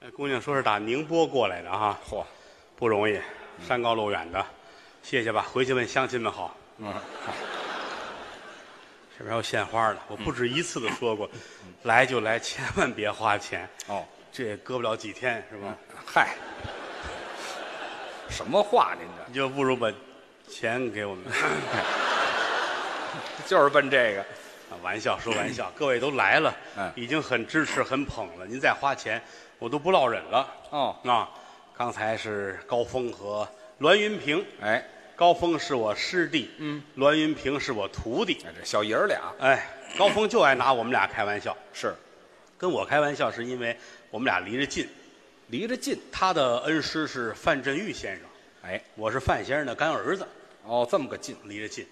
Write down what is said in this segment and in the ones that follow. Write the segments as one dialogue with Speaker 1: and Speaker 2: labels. Speaker 1: 这姑娘说是打宁波过来的啊，
Speaker 2: 嚯，
Speaker 1: 不容易，
Speaker 2: 嗯
Speaker 1: 山高路远的，谢谢吧，回去问乡亲们好。
Speaker 2: 嗯，
Speaker 1: 这边还有献花的，我
Speaker 2: 嗯
Speaker 1: 不止一次的说过， 来就来，千万别花钱，
Speaker 2: 哦，
Speaker 1: 这也搁不了几天，是
Speaker 2: 嗯
Speaker 1: 吧？
Speaker 2: 嗨，什么话您这
Speaker 1: 你就不如把钱给我 们。
Speaker 2: 就是奔这个，
Speaker 1: 啊玩笑说玩笑，各位都来了，
Speaker 2: 嗯
Speaker 1: 已经很支持、很捧了，您再花钱，我都不落忍了。
Speaker 2: 哦，
Speaker 1: 啊，刚才是高峰和栾云平，
Speaker 2: 哎，
Speaker 1: 高峰是我师弟，嗯，栾云平是我徒弟。
Speaker 2: 哎这小爷儿俩
Speaker 1: 哎，高峰就爱拿我们俩开玩笑，
Speaker 2: 是
Speaker 1: 跟我开玩笑是因为我们俩离着近。
Speaker 2: 离着近，
Speaker 1: 他的恩师是范振钰先生，
Speaker 2: 哎，
Speaker 1: 我是范先生的干儿子，
Speaker 2: 哦，这么个近，
Speaker 1: 离着近。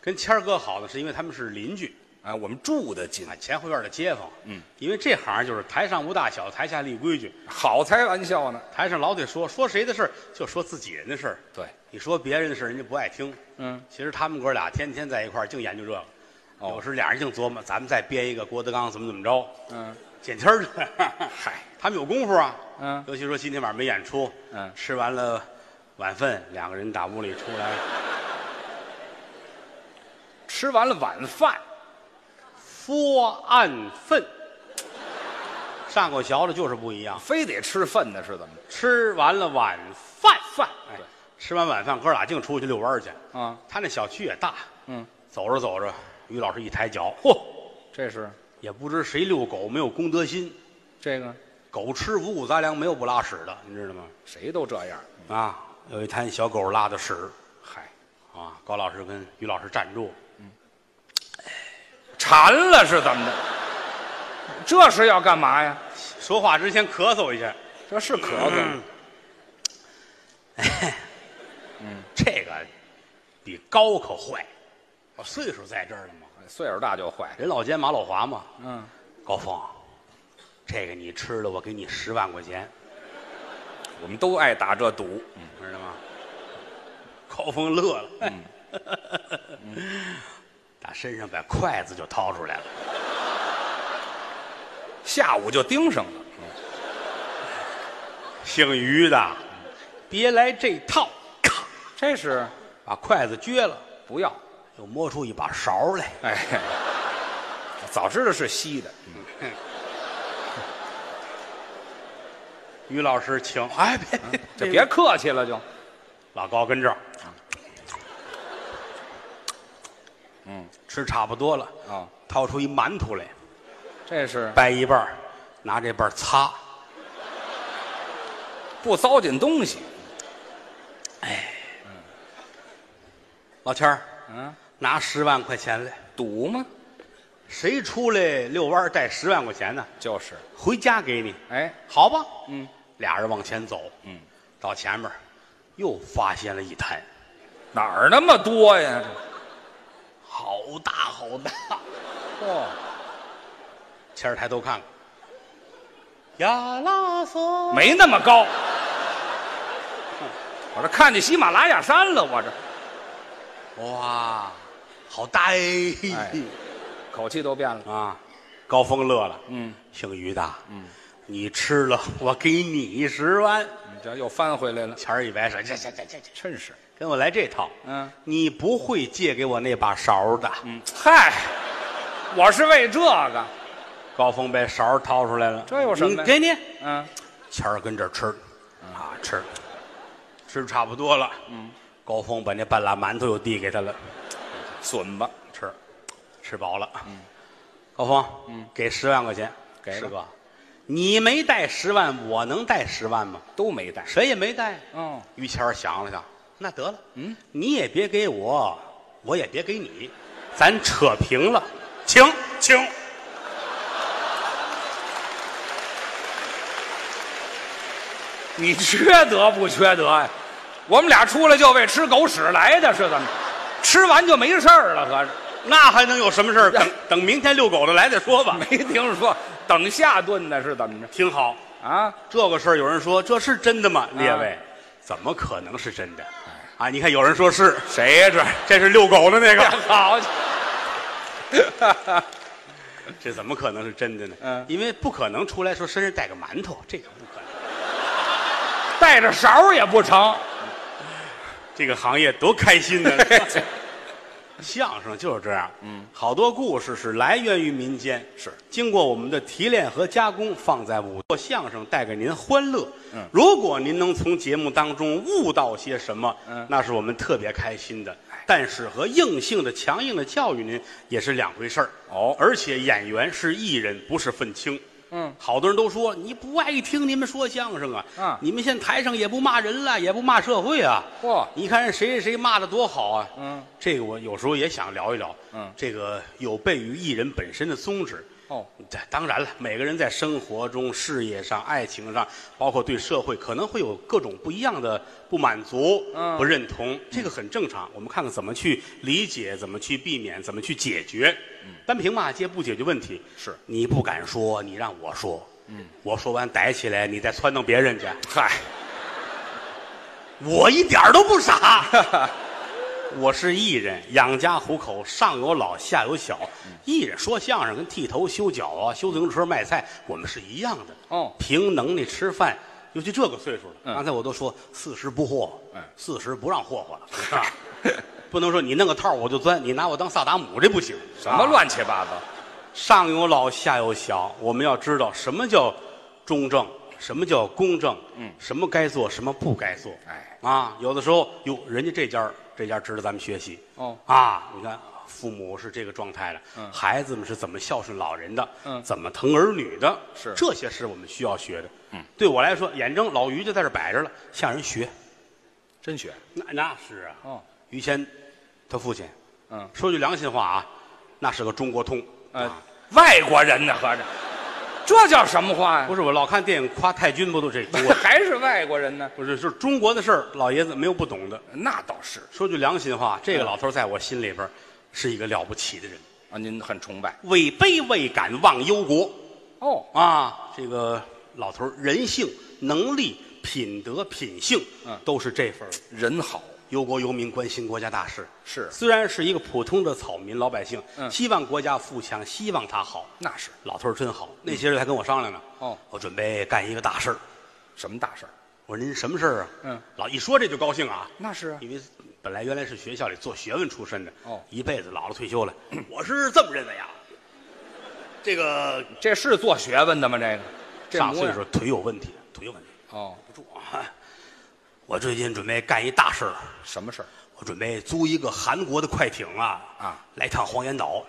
Speaker 1: 跟谦儿哥好呢，是因为他们是邻居，
Speaker 2: 哎，我们住的近
Speaker 1: 啊，，前后院的街坊。嗯，因为这行就是台上无大小，台下立规矩。
Speaker 2: 好才玩笑呢，
Speaker 1: 台上老得说说谁的事儿，就说自己人的事儿。
Speaker 2: 对，
Speaker 1: 你说别人的事儿，人家不爱听。
Speaker 2: 嗯，
Speaker 1: 其实他们哥俩天天在一块儿，净研究这个。
Speaker 2: 哦
Speaker 1: 有时俩人净琢磨，咱们再编一个郭德纲怎么怎么着，
Speaker 2: 嗯，
Speaker 1: 见天儿 去。嗨，他们有功夫啊。
Speaker 2: 嗯
Speaker 1: 尤其说今天晚上没演出，
Speaker 2: 嗯
Speaker 1: 吃完了晚饭，两个人打屋里出 来，
Speaker 2: 吃完了晚饭，
Speaker 1: 说案粪。上过学的就是不一 样，
Speaker 2: 非得吃饭呢，是怎么着？
Speaker 1: 吃完了晚饭，
Speaker 2: 饭，
Speaker 1: 哎
Speaker 2: 对，，
Speaker 1: 吃完晚饭哥俩净出去遛弯儿去。
Speaker 2: 啊，
Speaker 1: 他那小区也大，
Speaker 2: 嗯，
Speaker 1: 走着走着，于老师一抬脚，嚯，
Speaker 2: 这是
Speaker 1: 也不知谁遛狗没有公德心，
Speaker 2: 这个，
Speaker 1: 狗吃五谷杂粮没有不拉屎的，你知道吗？
Speaker 2: 谁都这样，
Speaker 1: 啊，有一滩小狗拉的屎，
Speaker 2: 嗨，
Speaker 1: 啊，高老师跟于老师站住，
Speaker 2: 馋了是怎么的？这是要干嘛呀？
Speaker 1: 说话之前咳嗽一下，
Speaker 2: 这是咳嗽吗，
Speaker 1: 这个比高可坏，我岁数在这儿呢嘛，
Speaker 2: 哎岁数大就坏。
Speaker 1: 人老奸马老滑嘛。
Speaker 2: 嗯，
Speaker 1: 高峰，这个你吃了，我给你十万块钱，
Speaker 2: 我们都爱打这赌。
Speaker 1: 知道吗？高峰乐了，打身 上把筷子就掏出来了。
Speaker 2: 下午就盯上了。
Speaker 1: 姓于的，别来这套，咔
Speaker 2: 这是
Speaker 1: 把筷子撅了，
Speaker 2: 不要，
Speaker 1: 又摸出一把勺来。
Speaker 2: 哎， 早知道是稀的，
Speaker 1: 于老师，请。哎，别别，
Speaker 2: 就别客气了就，
Speaker 1: 老高跟这儿，嗯，吃差不多了，
Speaker 2: 啊
Speaker 1: 掏出一馒头来，
Speaker 2: 这是
Speaker 1: 掰一半儿，拿这半儿擦。
Speaker 2: 不糟践东西。
Speaker 1: 老千儿，
Speaker 2: 嗯，
Speaker 1: 拿十万块钱来，
Speaker 2: 赌吗？
Speaker 1: 谁出来遛弯儿带十万块钱呢？
Speaker 2: 就是，
Speaker 1: 回家给你，
Speaker 2: 哎，
Speaker 1: 好吧？
Speaker 2: 嗯，
Speaker 1: 俩人往前走，嗯，到前面儿又发现了一滩，
Speaker 2: 哪儿那么多呀？
Speaker 1: 好大好大。
Speaker 2: 这，哦，
Speaker 1: 谦儿抬头看看，呀啦嗦，
Speaker 2: 没那么高。我这看见喜马拉雅山了，我这
Speaker 1: 哇，好大哎！
Speaker 2: 哎口气都变了。
Speaker 1: 啊，高峰乐了，
Speaker 2: 嗯，
Speaker 1: 姓于的，嗯，你吃了，我给你十万。
Speaker 2: 你嗯这又翻回来了，
Speaker 1: 谦儿一摆手，这这这这这，
Speaker 2: 真是。
Speaker 1: 跟我来这套。
Speaker 2: 嗯
Speaker 1: 你不会借给我那把勺的。
Speaker 2: 嗯，嗨，我是为这个，
Speaker 1: 高峰把勺掏出来了，
Speaker 2: 这有什么
Speaker 1: 你
Speaker 2: 呀
Speaker 1: 给你。
Speaker 2: 嗯，
Speaker 1: 谦儿跟这儿吃，啊，吃，吃差不多了。嗯，高峰把那半拉馒头又递给他了，
Speaker 2: 损吧，
Speaker 1: 吃，吃饱了。嗯，高峰，嗯，给十万块钱，
Speaker 2: 给吧
Speaker 1: 师哥，你没带十万，我能带十万吗？
Speaker 2: 都没带。
Speaker 1: 谁也没带。
Speaker 2: 哦，
Speaker 1: 于谦儿想了想，那得了，嗯，你也别给我，我也别给你，咱扯平了，请请。
Speaker 2: 你缺德不缺德呀？我们俩出来就为吃狗屎来的，是怎么？吃完就没事儿了，合着
Speaker 1: 那还能有什么事儿？等等，明天遛狗的来再说吧。
Speaker 2: 没听说等下顿呢，是怎么着？
Speaker 1: 挺好，
Speaker 2: 啊，
Speaker 1: 这个事儿有人说这是真的吗？列位，怎么可能是真的？啊，你看有人说是，
Speaker 2: 谁呀、
Speaker 1: 这是遛狗的那
Speaker 2: 这？
Speaker 1: 个，
Speaker 2: 好，
Speaker 1: 这怎么可能是真的呢？
Speaker 2: 嗯
Speaker 1: 因为不可能出来说身上带个馒头，这个不可能。
Speaker 2: 带着勺儿也不成。
Speaker 1: 这个行业多开心 呢！相声就是这样，嗯，好多故事是来源于民间，
Speaker 2: 是
Speaker 1: 经过我们的提炼和加工，放在舞做相声，带给您欢乐。
Speaker 2: 嗯
Speaker 1: 如果您能从节目当中悟到些什么，
Speaker 2: 嗯
Speaker 1: 那是我们特别开心的。但是和硬性的、强硬的教育您也是两回事儿。
Speaker 2: 哦
Speaker 1: 而且演员是艺人，不是愤青。
Speaker 2: 嗯
Speaker 1: 好多人都说你不爱听你们说相声啊，
Speaker 2: 嗯
Speaker 1: 你们现在台上也不骂人了，也不骂社会啊，
Speaker 2: 嚯
Speaker 1: 你看人谁谁谁骂的多好啊！
Speaker 2: 嗯，
Speaker 1: 这个我有时候也想聊一聊。
Speaker 2: 嗯
Speaker 1: 这个有悖于艺人本身的宗旨。
Speaker 2: 哦，
Speaker 1: 这当然了，每个人在生活中、事业上、爱情上，包括对社会，可能会有各种不一样的不满足、
Speaker 2: 嗯
Speaker 1: 不认同，这个很正常。我们看看怎么去理解，怎么去避免，怎么去解决。单凭骂街不解决问题。
Speaker 2: 嗯是
Speaker 1: 你不敢说，你让我说。嗯，我说完逮起来，你再撺弄别人去。
Speaker 2: 嗨，
Speaker 1: 我一点儿都不傻， 我是艺人，养家糊口，上有老下有小。艺人说相声跟剃头、修脚啊、修自行车、卖菜，我们是一样的。
Speaker 2: 哦
Speaker 1: 凭能力吃饭，尤其这个岁数了。
Speaker 2: 嗯
Speaker 1: 刚才我都说四十不惑，
Speaker 2: 嗯
Speaker 1: 四十不让霍霍了，是吧？ 不能说你弄个套儿我就钻，你拿我当萨达姆，这不行。
Speaker 2: 什么
Speaker 1: 啊
Speaker 2: 乱七八糟？
Speaker 1: 上有老下有小，我们要知道什么叫中正，什么叫公正，嗯，什么该做，什么不该做。
Speaker 2: 哎，
Speaker 1: 啊，有的时候哟，人家这家儿这家儿值得咱们学习。
Speaker 2: 哦
Speaker 1: 啊，你看父母是这个状态的，孩子们是怎么孝顺老人的，
Speaker 2: 嗯
Speaker 1: 怎么疼儿女的，
Speaker 2: 是
Speaker 1: 这些是我们需要学的。嗯，对我来说，眼睁老于就在这摆着了，向人学。
Speaker 2: 真学？
Speaker 1: 那那是啊，
Speaker 2: 哦，
Speaker 1: 于谦，他父亲，
Speaker 2: 嗯，
Speaker 1: 说句良心话啊，那是个中国通。
Speaker 2: 呃
Speaker 1: 啊，
Speaker 2: 外国人呢，合着，这叫什么话呀
Speaker 1: 不？是我老看电影夸太君，不都这多？
Speaker 2: 还是外国人呢？
Speaker 1: 不是，就是中国的事儿，老爷子没有不懂的。
Speaker 2: 那倒是
Speaker 1: 说句良心话，这个老头儿在我心里边儿是一个了不起的人，
Speaker 2: 啊，您很崇拜
Speaker 1: 位卑未敢忘忧国
Speaker 2: 哦，
Speaker 1: 啊！这个老头儿人性、能力、品德、品性，
Speaker 2: 嗯
Speaker 1: 都是这份儿
Speaker 2: 人好
Speaker 1: 忧国忧民、关心国家大事。
Speaker 2: 是
Speaker 1: 虽然是一个普通的草民老百姓，
Speaker 2: 嗯
Speaker 1: 希望国家富强，希望他好。
Speaker 2: 那是
Speaker 1: 老头儿真好，那些人还跟我商量呢。
Speaker 2: 嗯哦，
Speaker 1: 我准备干一个大事儿。
Speaker 2: 什么大事儿？
Speaker 1: 我说您什么事儿啊？
Speaker 2: 嗯，
Speaker 1: 老一说这就高兴啊。
Speaker 2: 那是啊
Speaker 1: 因为本来原来是学校里做学问出身的，
Speaker 2: 哦
Speaker 1: 一辈子老了退休了，我是这么认为啊。这个
Speaker 2: 这是做学问的吗？这个这
Speaker 1: 上
Speaker 2: 模
Speaker 1: 岁
Speaker 2: 样
Speaker 1: 数腿有问题，腿有问题，
Speaker 2: 哦，
Speaker 1: 不住啊。我最近准备干一大事儿，
Speaker 2: 什么事儿？
Speaker 1: 我准备租一个韩国的快艇啊
Speaker 2: 啊，
Speaker 1: 来趟黄岩岛，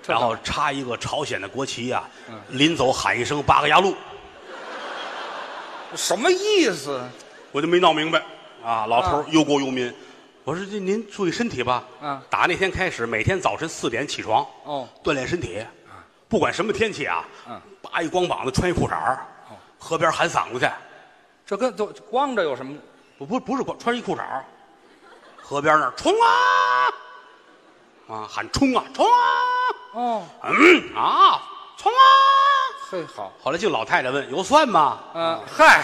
Speaker 2: 这
Speaker 1: 然
Speaker 2: 倒
Speaker 1: 后插一个朝鲜的国旗啊，临走喊一声八个牙路，
Speaker 2: 什么意思？
Speaker 1: 我就没闹明白啊。啊老头儿忧国忧民，我说这您注意身体吧。
Speaker 2: 嗯
Speaker 1: 打那天开始，每天早晨四点起床，
Speaker 2: 哦，
Speaker 1: 锻炼身体，不管什么天气啊，
Speaker 2: 嗯，哦
Speaker 1: 扒一光膀子，穿一裤衩儿，河边喊嗓子去，
Speaker 2: 这跟都光着有什么？
Speaker 1: 不不不是光穿一裤衩儿，河边那儿冲啊，啊喊冲啊冲啊，
Speaker 2: 哦，
Speaker 1: 嗯啊冲啊。
Speaker 2: 嘿，好，
Speaker 1: 后来就老太太问有蒜吗？
Speaker 2: 嗯、嗨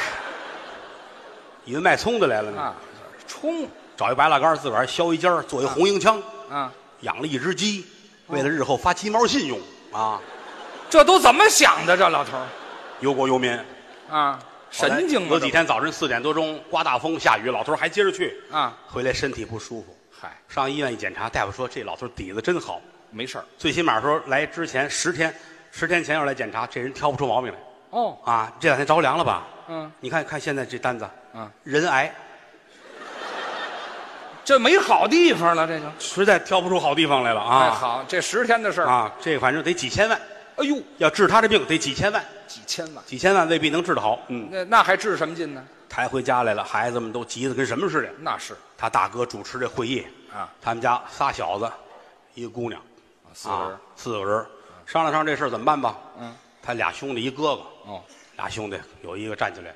Speaker 1: 以为卖葱的来了呢，
Speaker 2: 啊，冲
Speaker 1: 找一白蜡杆儿自个儿削一尖儿，
Speaker 2: 嗯
Speaker 1: 做一红缨枪。
Speaker 2: 啊，
Speaker 1: 养了一只鸡，
Speaker 2: 哦
Speaker 1: 为了日后发鸡毛信用啊，
Speaker 2: 这都怎么想的？这老头儿
Speaker 1: 忧国忧民。
Speaker 2: 啊，神经
Speaker 1: 有
Speaker 2: 吗？
Speaker 1: 几
Speaker 2: 这
Speaker 1: 天早晨四点多钟，刮大风下雨，老头儿还接着去，
Speaker 2: 啊，
Speaker 1: 回来身体不舒服，
Speaker 2: 嗨，
Speaker 1: 上医院一检查，大夫说这老头儿底子真好，
Speaker 2: 没事儿
Speaker 1: 最起码说来之前十天，十天前要来检查，这人挑不出毛病来
Speaker 2: 哦，
Speaker 1: 啊。这两天着凉了吧？
Speaker 2: 嗯
Speaker 1: 你看看现在这单子，
Speaker 2: 嗯，
Speaker 1: 人癌
Speaker 2: 这没好地方了，这就
Speaker 1: 实在挑不出好地方来了
Speaker 2: 哎
Speaker 1: 啊
Speaker 2: 好，这十天的事儿，
Speaker 1: 啊！这反正得几千万，
Speaker 2: 哎呦，
Speaker 1: 要治他这病得几千万，
Speaker 2: 几千万，
Speaker 1: 几千万未必能治得好。嗯，
Speaker 2: 那那还治什么劲呢？
Speaker 1: 抬回家来了，孩子们都急得跟什么似的。
Speaker 2: 那是
Speaker 1: 他大哥主持这会议
Speaker 2: 啊，
Speaker 1: 他们家仨小子，一个姑娘，
Speaker 2: 四个人
Speaker 1: 啊，四个人商量商量这事儿怎么办吧。
Speaker 2: 嗯，
Speaker 1: 他俩兄弟一哥哥，
Speaker 2: 哦，
Speaker 1: 俩兄弟有一个站起来，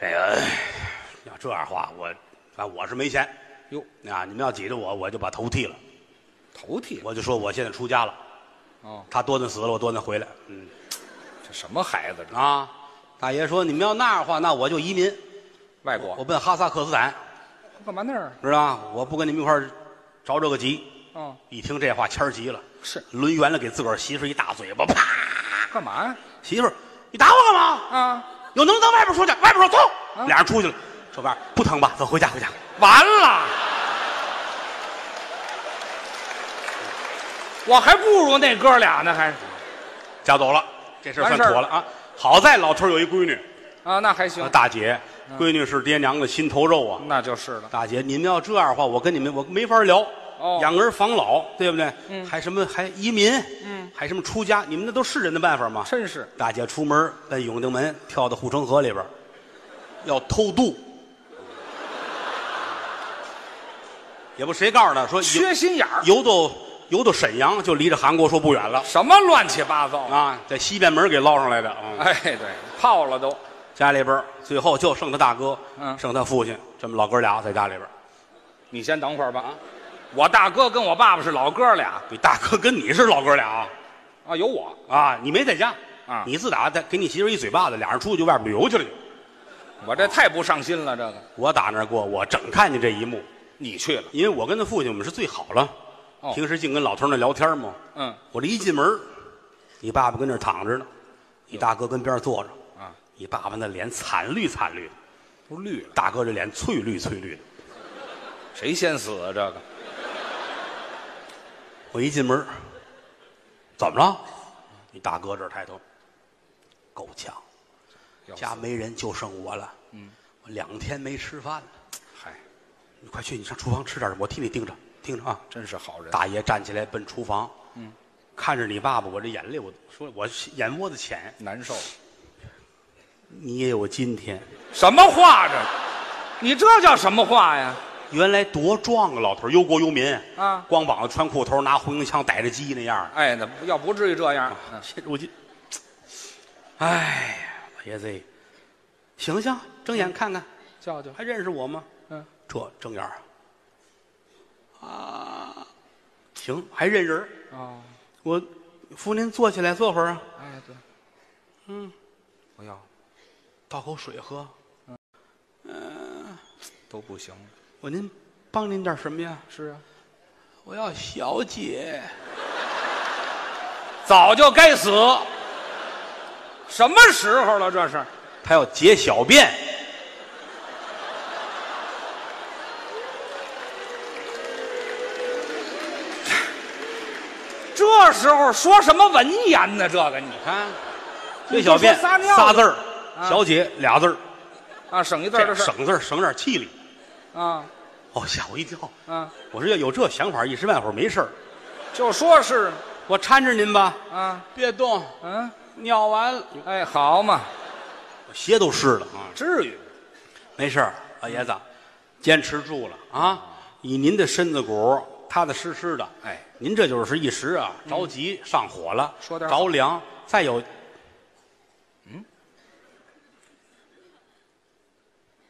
Speaker 1: 这个要这样话，我反正我是没钱
Speaker 2: 哟，
Speaker 1: 啊，你们要挤着我，我就把头剃了，
Speaker 2: 头剃了
Speaker 1: 我就说我现在出家了。
Speaker 2: 哦，
Speaker 1: 他多顿死了，我多顿回来。嗯
Speaker 2: 这什么孩子这？
Speaker 1: 啊，大爷说你们要那样的话，那我就移民，
Speaker 2: 外
Speaker 1: 我
Speaker 2: 国
Speaker 1: 奔哈萨克斯坦，
Speaker 2: 干嘛那儿？
Speaker 1: 知道吗？我不跟你们一块儿着这个急。
Speaker 2: 哦，
Speaker 1: 一听这话，谦儿急了，
Speaker 2: 是
Speaker 1: 抡
Speaker 2: 啊
Speaker 1: 圆了给自个儿媳妇儿一大嘴巴，啪！
Speaker 2: 干嘛呀？
Speaker 1: 媳妇儿，你打我干嘛？
Speaker 2: 啊，
Speaker 1: 有有能耐到外边说去，外边说走。
Speaker 2: 啊
Speaker 1: 俩人出去了，这玩意儿不疼吧？走，回家回家。
Speaker 2: 完了，我还不如那哥俩呢，还
Speaker 1: 家走了，这事儿
Speaker 2: 完
Speaker 1: 算
Speaker 2: 事儿
Speaker 1: 妥了啊。好在老头儿有一闺女，
Speaker 2: 啊，那还行，
Speaker 1: 大姐，
Speaker 2: 嗯
Speaker 1: 闺女是爹娘的心头肉啊。
Speaker 2: 那就是了。
Speaker 1: 大姐，你们要这样的话，我跟你们我没法聊。
Speaker 2: 哦
Speaker 1: 养儿防老，对不对？嗯，还什么还移民，嗯，还什么出家，你们那都是人的办法吗？
Speaker 2: 真是
Speaker 1: 大姐出门奔永定门，跳到护城河里边儿，要偷渡。也不谁告诉她说游
Speaker 2: 缺心眼儿，
Speaker 1: 游到游到沈阳就离着韩国说不远了
Speaker 2: 什么乱七八糟啊！
Speaker 1: 啊，在西边门给捞上来的。嗯
Speaker 2: 哎，对，泡了都，
Speaker 1: 家里边儿最后就剩他大哥，
Speaker 2: 嗯
Speaker 1: 剩他父亲，这么老哥俩在家里边儿。
Speaker 2: 你先等会儿吧啊！我大哥跟我爸爸是老哥俩
Speaker 1: 你大哥跟你是老哥俩啊？
Speaker 2: 啊，有我
Speaker 1: 啊，你没在家
Speaker 2: 啊
Speaker 1: 你自打在给你媳妇一嘴巴子，俩人出去就外边旅游去了就。
Speaker 2: 我这太不上心了，这个
Speaker 1: 我打那儿过，我整看见这一幕，
Speaker 2: 你去了，
Speaker 1: 因为我跟他父亲我们是最好了，
Speaker 2: 哦
Speaker 1: 平时净跟老头儿那聊天嘛。
Speaker 2: 嗯，
Speaker 1: 我这一进门，你爸爸跟那儿躺着呢，你大哥跟边儿坐着，
Speaker 2: 啊，
Speaker 1: 你爸爸那脸惨绿惨绿的，
Speaker 2: 不是绿了，
Speaker 1: 大哥这脸翠绿翠绿的。
Speaker 2: 谁先死啊？这个
Speaker 1: 我一进门，怎么了？你大哥这儿抬头，够呛，
Speaker 2: 要死
Speaker 1: 家没人就剩我了。嗯，我两天没吃饭了。
Speaker 2: 嗨，
Speaker 1: 你快去，你上厨房吃点儿，我替你盯着，盯着啊！
Speaker 2: 真是好人，
Speaker 1: 大爷站起来奔厨房，嗯，看着你爸爸，我这眼泪，我说我眼窝子浅，
Speaker 2: 难受。
Speaker 1: 你也有今天。
Speaker 2: 什么话这？你这叫什么话呀？
Speaker 1: 原来多壮啊，老头儿忧国忧民
Speaker 2: 啊
Speaker 1: 光膀子穿裤头，拿红缨枪逮着鸡那样儿。
Speaker 2: 哎，那不要不至于这样。 嗯
Speaker 1: 现如今，哎呀，老爷子，醒醒，睁眼看看，
Speaker 2: 叫叫，
Speaker 1: 还认识我吗？
Speaker 2: 嗯，
Speaker 1: 这睁眼儿啊，
Speaker 2: 啊
Speaker 1: 行，还认人儿。
Speaker 2: 哦，
Speaker 1: 我扶您坐起来，坐会儿啊。
Speaker 2: 哎对，嗯，嗯哎不要，
Speaker 1: 倒口水喝。
Speaker 2: 都不行了。
Speaker 1: 我您帮您点什么呀？
Speaker 2: 是啊，
Speaker 1: 我要小姐。
Speaker 2: 早就该死。什么时候了？这是
Speaker 1: 他要解小便。
Speaker 2: 这时候说什么文言呢？这个你
Speaker 1: 看，啊解小便
Speaker 2: 啊你就说撒尿
Speaker 1: 仨字儿，小姐俩字儿，
Speaker 2: 啊，省一字
Speaker 1: 这
Speaker 2: 儿
Speaker 1: 样
Speaker 2: 的事儿
Speaker 1: 省字儿省点气力。
Speaker 2: 啊
Speaker 1: 哦，吓我一跳！
Speaker 2: 啊，
Speaker 1: 我说要有这想法，一时半会儿没事儿。
Speaker 2: 就说是
Speaker 1: 我搀着您吧，
Speaker 2: 啊，
Speaker 1: 别动，
Speaker 2: 嗯，
Speaker 1: 尿完了，
Speaker 2: 哎，好嘛，
Speaker 1: 我鞋都湿了啊。嗯
Speaker 2: 至于
Speaker 1: 没事儿，老爷子，坚持住了啊！以您的身子骨，踏踏实实的。
Speaker 2: 哎，
Speaker 1: 您这就是一时啊，着急上火了，
Speaker 2: 说点好
Speaker 1: 着凉。再有，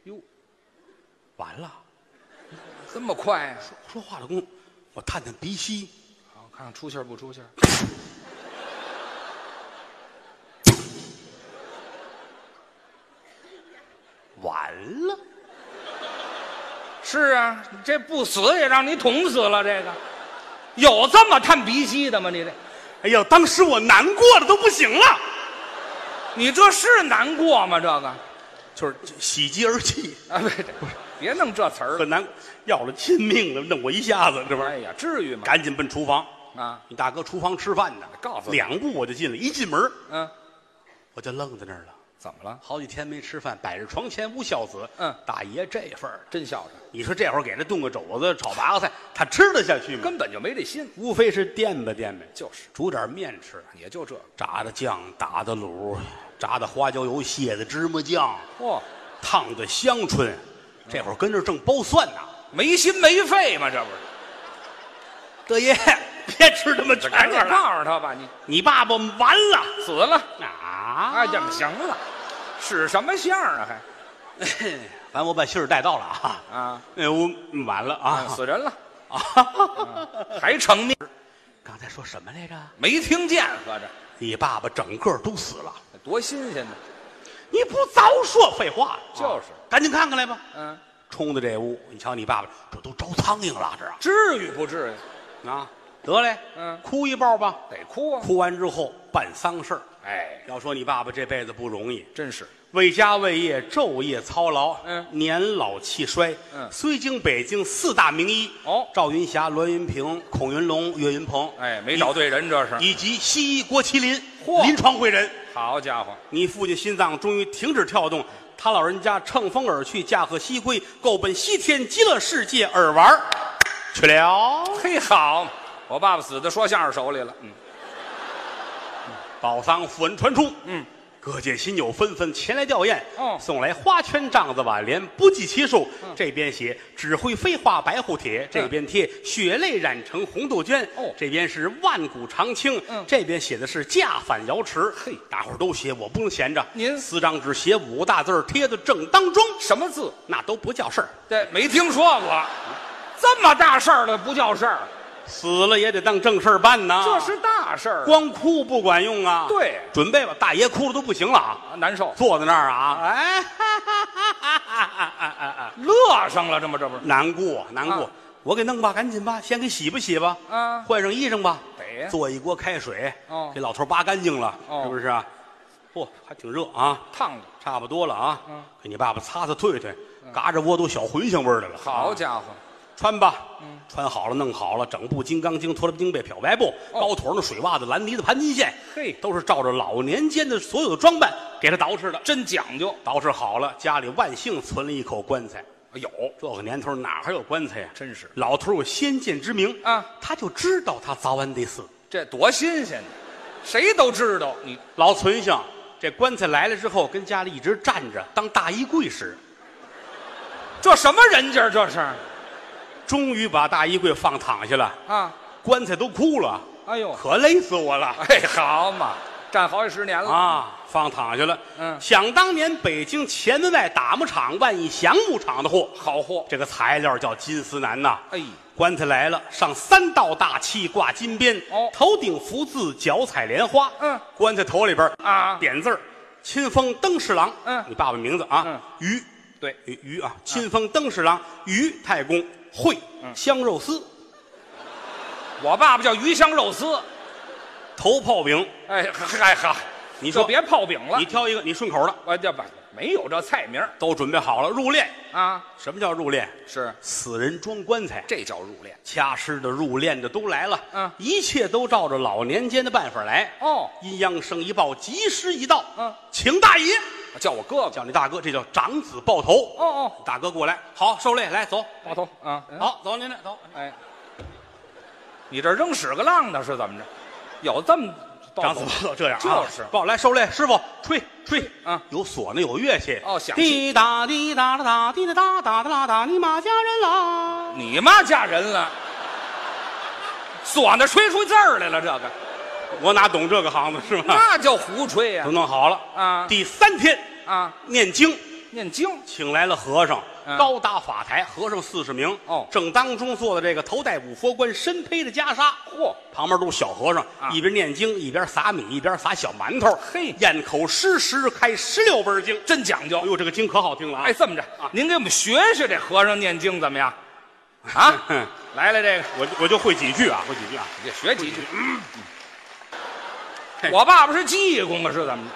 Speaker 2: 哟，
Speaker 1: 完了，
Speaker 2: 这么快啊呀、
Speaker 1: 说说话的功夫，我探探鼻息，
Speaker 2: 好，哦看看出气儿不出气儿。
Speaker 1: 完了，
Speaker 2: 是啊，你这不死也让你捅死了。这个有这么探鼻息的吗？你这
Speaker 1: 哎呀，当时我难过的都不行了，
Speaker 2: 你这是难过吗？这个啊，
Speaker 1: 就是喜极而泣，
Speaker 2: 别别别弄这词儿了。
Speaker 1: 很难，要了亲命了，弄我一下子，这玩意
Speaker 2: 哎呀，至于
Speaker 1: 儿，
Speaker 2: 吗？
Speaker 1: 赶紧奔厨房。
Speaker 2: 啊，
Speaker 1: 你大哥厨房吃饭呢，
Speaker 2: 告诉你
Speaker 1: 两步我就进来，一进门
Speaker 2: 嗯，
Speaker 1: 我就愣在那儿了。
Speaker 2: 怎么了？
Speaker 1: 好几天没吃饭，摆着床前无孝子。
Speaker 2: 嗯
Speaker 1: 大爷这份儿的，
Speaker 2: 真孝顺，
Speaker 1: 你说这会儿给他炖个肘子、炒八个菜，他吃得下去吗？
Speaker 2: 根本就没这心。
Speaker 1: 无非是垫吧垫吧，
Speaker 2: 就是，
Speaker 1: 煮点面吃，
Speaker 2: 也就这个。
Speaker 1: 炸的酱，打的卤，炸的花椒油，蟹的芝麻酱，
Speaker 2: 嚯、
Speaker 1: 烫的香椿。这会儿跟这儿正剥蒜呢，
Speaker 2: 没心没肺嘛，这不是？
Speaker 1: 德爷，别吃他妈全
Speaker 2: 赶紧
Speaker 1: 了，
Speaker 2: 告诉他吧，你
Speaker 1: 你爸爸完了
Speaker 2: 死了。
Speaker 1: 啊！
Speaker 2: 哎呀，行了，使什么相啊？还
Speaker 1: 反正我把信儿带到了啊。
Speaker 2: 啊，
Speaker 1: 哎呦，我完了啊！
Speaker 2: 死人了，
Speaker 1: 啊！
Speaker 2: 还成命？
Speaker 1: 刚才说什么来着？
Speaker 2: 没听见，合着
Speaker 1: 你爸爸整个都死了，
Speaker 2: 多新鲜呢。
Speaker 1: 你不早说废话？
Speaker 2: 就是
Speaker 1: 啊赶紧看看来吧。
Speaker 2: 嗯，
Speaker 1: 冲到这屋，你瞧你爸爸，这都招苍蝇了，这啊
Speaker 2: 至于不至于？
Speaker 1: 啊，得嘞，
Speaker 2: 嗯
Speaker 1: 哭一抱吧。
Speaker 2: 得哭啊！
Speaker 1: 哭完之后办丧事儿
Speaker 2: 哎，
Speaker 1: 要说你爸爸这辈子不容易，
Speaker 2: 真是
Speaker 1: 为家为业昼夜操劳，
Speaker 2: 嗯
Speaker 1: 年老气衰，
Speaker 2: 嗯
Speaker 1: 虽经北京四大名医
Speaker 2: 哦
Speaker 1: 赵云霞、栾云平、孔云龙、岳云鹏，
Speaker 2: 哎，没找对人，这是。
Speaker 1: 以及西医郭麒麟，
Speaker 2: 嚯
Speaker 1: 临床会诊。
Speaker 2: 好家伙，
Speaker 1: 你父亲心脏终于停止跳动，他老人家乘风而去，驾鹤西归，够奔西天极乐世界而玩儿去了。
Speaker 2: 嘿，好，我爸爸死在说相声手里了。嗯，
Speaker 1: 宝藏符文传出，
Speaker 2: 嗯，
Speaker 1: 各界新友纷纷前来吊唁，
Speaker 2: 哦嗯
Speaker 1: 送来花圈、帐子、挽联，不计其数。这边写“只会飞花白虎帖”，这边贴“血泪染成红杜鹃”，
Speaker 2: 哦
Speaker 1: 这边是“万古长青”，
Speaker 2: 嗯
Speaker 1: 这边写的是“驾返瑶池”。
Speaker 2: 嘿
Speaker 1: 大伙儿都写，我不能闲着。
Speaker 2: 您
Speaker 1: 四张纸写五个大字儿贴的正当中，
Speaker 2: 什么字？
Speaker 1: 那都不叫事儿，
Speaker 2: 对，没听说过。这么大事儿了，不叫事儿，
Speaker 1: 死了也得当正事儿办呐。
Speaker 2: 这是大事儿，啊
Speaker 1: 光哭不管用啊。
Speaker 2: 对
Speaker 1: 准备吧，大爷哭了都不行了啊。
Speaker 2: 啊难受，
Speaker 1: 坐在那儿啊，哎，哈哈哈哈哈哈哈
Speaker 2: 乐上了，这么这不是
Speaker 1: 难过难过、
Speaker 2: 啊
Speaker 1: 我给弄吧，赶紧吧，先给洗吧洗吧，
Speaker 2: 啊
Speaker 1: 换上衣裳吧，
Speaker 2: 得呀
Speaker 1: 做一锅开水，
Speaker 2: 哦
Speaker 1: 给老头扒干净了，
Speaker 2: 哦
Speaker 1: 是不是啊？嚯、还挺热啊，
Speaker 2: 烫的？
Speaker 1: 差不多了啊，
Speaker 2: 嗯
Speaker 1: 给你爸爸擦擦退退，嘎着窝都小茴香味儿的了，
Speaker 2: 好
Speaker 1: 啊
Speaker 2: 家伙，
Speaker 1: 穿吧。穿好了，弄好了，整部《金刚经》、《脱了经被》、漂白布、
Speaker 2: 哦
Speaker 1: 高腿儿的水袜子、蓝呢子、盘金线，
Speaker 2: 嘿
Speaker 1: 都是照着老年间的所有的装扮给他捯饬的。
Speaker 2: 啊真讲究，
Speaker 1: 捯饬好了，家里万幸存了一口棺材。
Speaker 2: 有
Speaker 1: 这个年头哪还有棺材呀、
Speaker 2: 哎真是
Speaker 1: 老头有先见之明
Speaker 2: 啊，
Speaker 1: 他就知道他早晚得死。
Speaker 2: 这多新鲜呢，谁都知道你
Speaker 1: 老存性，这棺材来了之后，跟家里一直站着当大衣柜使，
Speaker 2: 这什么人家儿这是
Speaker 1: 终于把大衣柜放躺下了，
Speaker 2: 啊？
Speaker 1: 棺材都哭了，
Speaker 2: 哎呦，
Speaker 1: 可累死我 了
Speaker 2: 哎，好嘛，站好几十年了，
Speaker 1: 啊！放躺下了。
Speaker 2: 嗯
Speaker 1: 想当年北京前门外打木厂万义祥木厂的货，
Speaker 2: 好货，
Speaker 1: 这个材料叫金丝楠呐。
Speaker 2: 哎，
Speaker 1: 棺材来了，上三道大漆，挂金边，
Speaker 2: 哦
Speaker 1: 头顶福字，脚踩莲花。
Speaker 2: 嗯，
Speaker 1: 棺材头里边
Speaker 2: 啊
Speaker 1: 点字儿，亲封登侍郎。
Speaker 2: 嗯
Speaker 1: 你爸爸名字啊，
Speaker 2: 嗯
Speaker 1: 于
Speaker 2: 对，嗯
Speaker 1: 于于啊，亲封登侍郎于太公会香肉丝
Speaker 2: 我爸爸叫鱼香肉丝，
Speaker 1: 头泡饼，
Speaker 2: 哎嗨嗨，
Speaker 1: 你
Speaker 2: 就
Speaker 1: 说
Speaker 2: 别泡饼了
Speaker 1: 你，挑一个你顺口的，
Speaker 2: 我这不没有这菜名儿
Speaker 1: 都准备好了入殓。
Speaker 2: 啊，
Speaker 1: 什么叫入殓？
Speaker 2: 是
Speaker 1: 死人装棺材，
Speaker 2: 这叫入殓
Speaker 1: 掐尸的、入殓的都来了。
Speaker 2: 嗯
Speaker 1: 一切都照着老年间的办法来。
Speaker 2: 哦，
Speaker 1: 阴阳生一报，吉时一到。
Speaker 2: 嗯，
Speaker 1: 请大爷，
Speaker 2: 叫我哥哥，
Speaker 1: 叫你大哥，这叫长子抱头。
Speaker 2: 哦哦，
Speaker 1: 大哥过来，好，受累，来走，
Speaker 2: 老头啊，嗯
Speaker 1: 好，走您这走。
Speaker 2: 哎，你这扔屎个浪的是怎么着？有这么暴
Speaker 1: 长
Speaker 2: 走
Speaker 1: 子抱头这样啊，
Speaker 2: 就是
Speaker 1: 抱来受累，师傅吹吹
Speaker 2: 啊
Speaker 1: 有唢呐有乐器
Speaker 2: 哦响器
Speaker 1: 滴答滴答答答滴答答答答答答，你马家人啦。
Speaker 2: 你妈嫁人了，唢呐吹出字儿来了，这个
Speaker 1: 我哪懂这个行子是吧？
Speaker 2: 那叫胡吹呀
Speaker 1: 都弄好了
Speaker 2: 啊
Speaker 1: 第三天
Speaker 2: 啊！
Speaker 1: 念经，
Speaker 2: 念经
Speaker 1: 请来了和尚，
Speaker 2: 嗯
Speaker 1: 高搭法台，和尚四十名。
Speaker 2: 哦
Speaker 1: 正当中坐的这个头戴五佛冠，身披着袈裟，
Speaker 2: 嚯，
Speaker 1: 旁边都是小和尚，
Speaker 2: 啊
Speaker 1: 一边念经一边撒米，一边撒小馒头。
Speaker 2: 嘿
Speaker 1: 咽口湿湿开十六本经。
Speaker 2: 真讲
Speaker 1: 哎
Speaker 2: 究。
Speaker 1: 呦，这个经可好听了啊！
Speaker 2: 哎，这么着，您给我们学学这和尚念经怎么 样？啊，来来这个，
Speaker 1: 我我就会几句啊，会几句啊。
Speaker 2: 你学几句。嗯
Speaker 1: 嘿
Speaker 2: 我爸爸是济公啊，是怎么 着？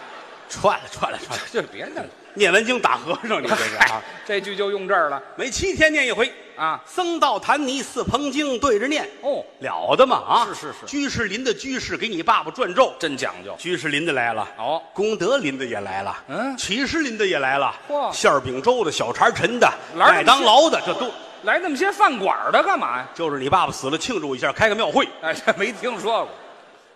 Speaker 1: 串了串了串了，
Speaker 2: 这别 弄了，
Speaker 1: 念完经打和尚，你这是啊
Speaker 2: 嗨？这句就用这儿了
Speaker 1: 每七天念一回。
Speaker 2: 啊。
Speaker 1: 僧道坛尼四棚经对着念，
Speaker 2: 哦，
Speaker 1: 了得嘛啊！
Speaker 2: 是是是
Speaker 1: 居士林的居士给你爸爸转咒，
Speaker 2: 真讲究。
Speaker 1: 居士林的来了，
Speaker 2: 哦
Speaker 1: 功德林的也来了，
Speaker 2: 嗯
Speaker 1: 起士林的也来了，
Speaker 2: 嚯
Speaker 1: 馅儿饼粥的、小茶陈的、
Speaker 2: 哪儿那么
Speaker 1: 麦当劳的，这都
Speaker 2: 来那么些饭馆的干嘛呀？
Speaker 1: 就是你爸爸死了庆祝一下，开个庙会，
Speaker 2: 哎，这没听说过。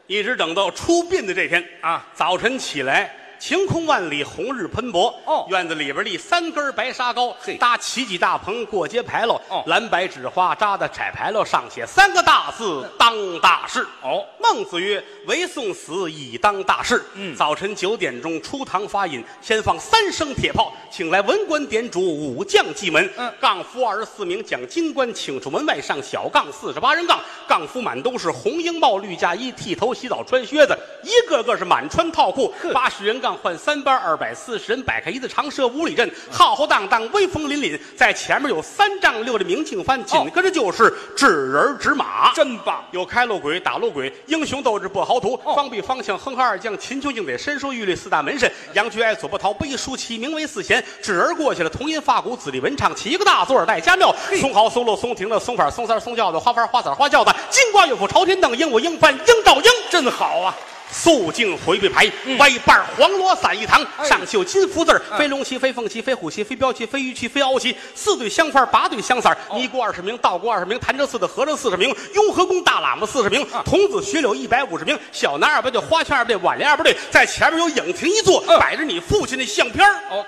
Speaker 1: 一直等到出殡的这天
Speaker 2: 啊
Speaker 1: 早晨起来。晴空万里，红日喷薄。
Speaker 2: 哦
Speaker 1: 院子里边立三根白沙高，
Speaker 2: 嘿
Speaker 1: 搭起几大棚，过街牌楼。
Speaker 2: 哦
Speaker 1: 蓝白纸花扎的彩牌楼上写三个大字：当大事。
Speaker 2: 哦，
Speaker 1: 孟子曰：“唯送死，以当大事。”
Speaker 2: 嗯
Speaker 1: 早晨九点钟出堂发引，先放三声铁炮，请来文官点主，武将祭门。
Speaker 2: 嗯
Speaker 1: 杠夫二十四名，将金官请出门外上小杠四十八人杠，杠夫满都是红缨帽、绿嫁衣，剃头、洗澡、穿靴子，一个个是满穿套裤。八十人杠。杠换三班，二百四十人摆开一字长蛇五里
Speaker 2: 嗯
Speaker 1: 阵，浩浩荡荡，威风凛凛。在前面有三丈六的明庆幡，
Speaker 2: 哦
Speaker 1: 紧跟着就是纸人纸马，
Speaker 2: 真棒！
Speaker 1: 有开路鬼、打路鬼，英雄斗志不豪图，
Speaker 2: 哦
Speaker 1: 方必方向，哼哈二将，秦琼、应得、申说、玉律四大门神，杨居爱左不逃，背书其名为四贤。纸人过去了，铜音发鼓，子弟文唱，七个大座儿带家庙，松毫松落松亭的松法松三松轿子，花幡花伞花轿子，金瓜乐府朝天凳，鹦鹉鹰翻鹰照鹰，
Speaker 2: 真好啊！
Speaker 1: 肃静回避牌，歪瓣黄罗伞一堂，
Speaker 2: 嗯哎
Speaker 1: 上绣金福字儿，
Speaker 2: 嗯
Speaker 1: 飞龙旗、飞凤旗、飞虎旗、飞镖旗、飞鱼旗、飞鳌旗，四对香幡儿，八对香伞儿，
Speaker 2: 哦
Speaker 1: 尼姑二十名，道姑二十名，潭柘寺的和尚四十名，雍和宫大喇嘛四十名，
Speaker 2: 嗯
Speaker 1: 童子学柳一百五十名，小男二八队，花圈二八队，挽联二八队，在前面有影亭一座，
Speaker 2: 嗯
Speaker 1: 摆着你父亲的相片儿
Speaker 2: 哦，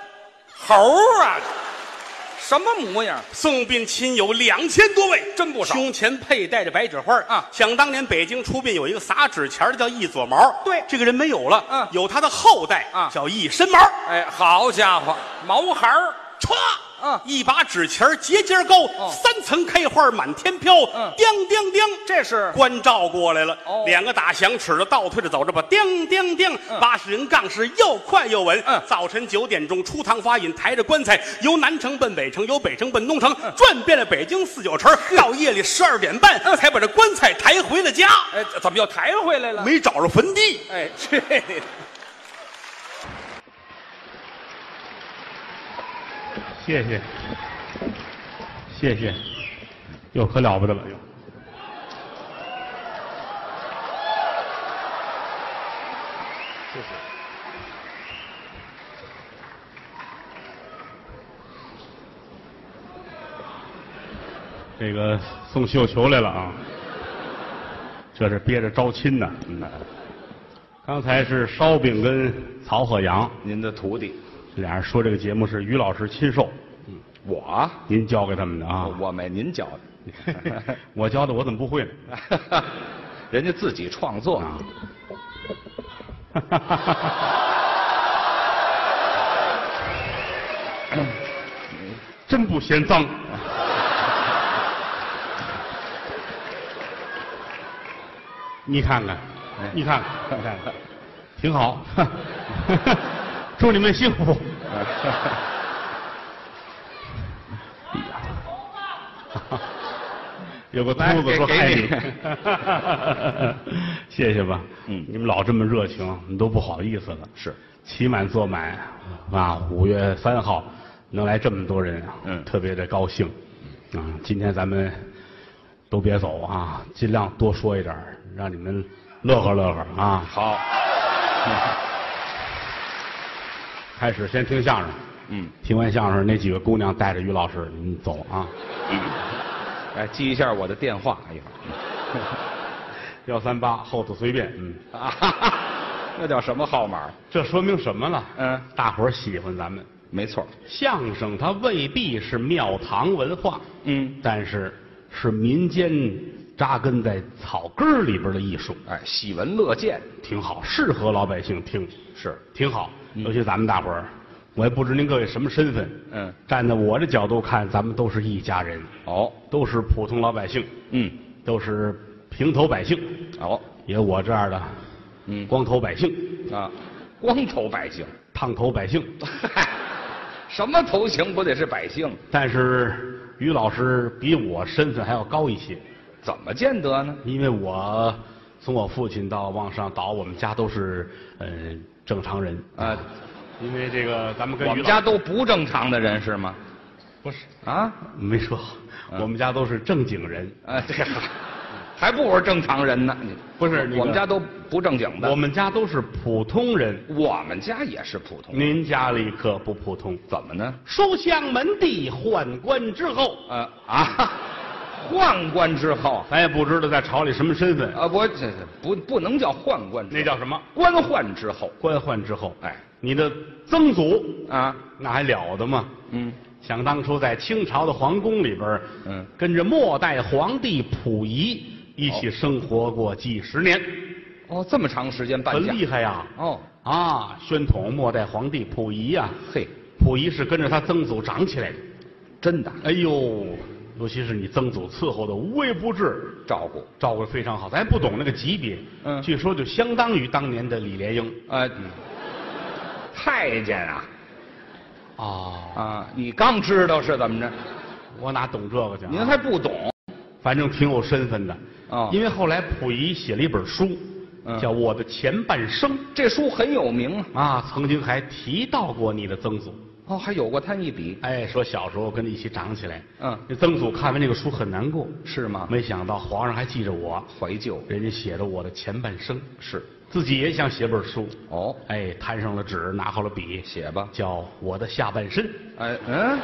Speaker 2: 猴儿啊，什么模样？
Speaker 1: 送殡亲友两千多位，
Speaker 2: 真不少
Speaker 1: 胸前佩戴着白纸花儿
Speaker 2: 啊
Speaker 1: 想当年北京出殡有一个撒纸钱儿的叫一撮毛，
Speaker 2: 对
Speaker 1: 这个人没有了，
Speaker 2: 嗯
Speaker 1: 有他的后代
Speaker 2: 啊
Speaker 1: 叫一身毛，
Speaker 2: 哎，好家伙，毛孩儿，
Speaker 1: 歘，
Speaker 2: 嗯哦
Speaker 1: 一把纸钱儿节节高，三层开花满天飘，
Speaker 2: 嗯
Speaker 1: 叮叮叮。
Speaker 2: 这是
Speaker 1: 关照过来了，
Speaker 2: 哦
Speaker 1: 两个打响尺的倒退着走着吧，叮叮叮，八十人杠是又快又稳。
Speaker 2: 嗯
Speaker 1: 早晨九点钟出堂发引，抬着棺材由南城奔北城，由北城奔东城，
Speaker 2: 嗯
Speaker 1: 转遍了北京四九城，到夜里十二点半
Speaker 2: 嗯
Speaker 1: 才把这棺材抬回了家，
Speaker 2: 哎，怎么又抬回来了？
Speaker 1: 没找着坟地。
Speaker 2: 哎，这
Speaker 3: 谢谢，谢谢，又可了不得了又。这个送绣球来了啊，这是憋着招亲呢。嗯刚才是烧饼跟曹鹤阳，
Speaker 4: 您的徒弟，
Speaker 3: 俩人说这个节目是于老师亲授，
Speaker 4: 我
Speaker 3: 您教给他们的啊。
Speaker 4: 我没您教
Speaker 3: 我教的我怎么不会呢？
Speaker 4: 的， 人家自己创作
Speaker 3: 啊， 真不嫌脏。你看看，你看看，你看看，挺好。祝你们幸福。有个秃子说爱你
Speaker 4: 来给，
Speaker 3: 谢谢吧。
Speaker 4: 嗯
Speaker 3: 你们老这么热情，你都不好意思了。
Speaker 4: 是
Speaker 3: 期满坐满啊，五月三号能来这么多人啊，
Speaker 4: 嗯
Speaker 3: 特别的高兴啊。今天咱们都别走啊，尽量多说一点儿，让你们乐呵乐呵啊。
Speaker 4: 好，
Speaker 3: 开始先听相声，
Speaker 4: 嗯，
Speaker 3: 听完相声那几个姑娘带着于老师你们走啊。
Speaker 4: 哎，记一下我的电话哎一会儿
Speaker 3: 幺三八后头随便， 嗯，
Speaker 4: 啊哈哈， 那叫什么号码？
Speaker 3: 这说明什么了？
Speaker 4: 嗯，
Speaker 3: 大伙儿喜欢咱们
Speaker 4: 没错，
Speaker 3: 相声，它未必是庙堂文化，
Speaker 4: 嗯，
Speaker 3: 但是是民间扎根在草根儿里边的艺术，
Speaker 4: 哎，喜闻乐见
Speaker 3: 挺好，适合老百姓听，
Speaker 4: 是，
Speaker 3: 挺好。尤其咱们大伙儿，我也不知您各位什么身份，
Speaker 4: 嗯，
Speaker 3: 站在我的角度看，咱们都是一家人，
Speaker 4: 哦，
Speaker 3: 都是普通老百姓，
Speaker 4: 嗯，
Speaker 3: 都是平头百姓，
Speaker 4: 哦，
Speaker 3: 也有我这样的，
Speaker 4: 嗯
Speaker 3: 光头百姓、
Speaker 4: 啊，光头百姓，
Speaker 3: 烫头百姓，
Speaker 4: 嗨，什么头型不得是百姓？
Speaker 3: 但是于老师比我身份还要高一些，
Speaker 4: 怎么见得呢？
Speaker 3: 因为我从我父亲到往上倒，我们家都是呃正常人
Speaker 4: 啊，
Speaker 3: 因为这个咱们跟
Speaker 4: 我
Speaker 3: 于
Speaker 4: 们
Speaker 3: 老
Speaker 4: 家
Speaker 3: 师
Speaker 4: 都不正常的人是吗？
Speaker 3: 不是嗯
Speaker 4: 啊，
Speaker 3: 没说，我们家都是正经人。
Speaker 4: 啊，这个还不如正常人呢。你
Speaker 3: 不是那个
Speaker 4: 我们家都不正经的。
Speaker 3: 我们家都是普通人，
Speaker 4: 我们家也是普通。
Speaker 3: 您家里可不普通。
Speaker 4: 怎么呢？
Speaker 3: 书香门第，宦官之后，
Speaker 4: 呃啊， 宦官之后，
Speaker 3: 咱也不知道在朝里什么身份，
Speaker 4: 啊不这这不不能叫宦官之后，
Speaker 3: 那叫什么
Speaker 4: 官宦之后。
Speaker 3: 官宦之后。
Speaker 4: 哎
Speaker 3: 你的曾祖
Speaker 4: 啊，
Speaker 3: 那还了得吗？
Speaker 4: 嗯，
Speaker 3: 想当初在清朝的皇宫里边，
Speaker 4: 嗯，
Speaker 3: 跟着末代皇帝溥仪一起生活过几十年，
Speaker 4: 哦，这么长时间搬
Speaker 3: 很
Speaker 4: 家，
Speaker 3: 厉害呀！
Speaker 4: 哦，
Speaker 3: 啊，宣统末代皇帝溥仪呀、
Speaker 4: 嘿，
Speaker 3: 溥仪是跟着他曾祖长起来的。
Speaker 4: 真的
Speaker 3: 哎呦，尤其是你曾祖伺候的无微不至，
Speaker 4: 照顾。
Speaker 3: 照顾的非常好。咱也不懂那个级别，
Speaker 4: 嗯
Speaker 3: 据说就相当于当年的李莲英。
Speaker 4: 呃，嗯太监啊
Speaker 3: 哦，
Speaker 4: 啊！你刚知道是怎么着？
Speaker 3: 我哪懂这个去啊？
Speaker 4: 您还不懂
Speaker 3: 反正挺有身份的
Speaker 4: 哦
Speaker 3: 因为后来溥仪写了一本书，
Speaker 4: 嗯
Speaker 3: 叫《我的前半生》
Speaker 4: 这书很有名啊！
Speaker 3: 啊，曾经还提到过你的曾祖。
Speaker 4: 哦，还有过他一笔
Speaker 3: 哎，说小时候跟你一起长起来，
Speaker 4: 嗯啊
Speaker 3: 那曾祖看完这个书很难过，
Speaker 4: 是吗？
Speaker 3: 没想到皇上还记着我，
Speaker 4: 怀旧
Speaker 3: 人家写了我的前半生，
Speaker 4: 是
Speaker 3: 自己也想写本书，
Speaker 4: 哦，
Speaker 3: 哎，摊上了纸，拿好了笔，
Speaker 4: 写吧。
Speaker 3: 叫《我的下半身》，
Speaker 4: 哎嗯，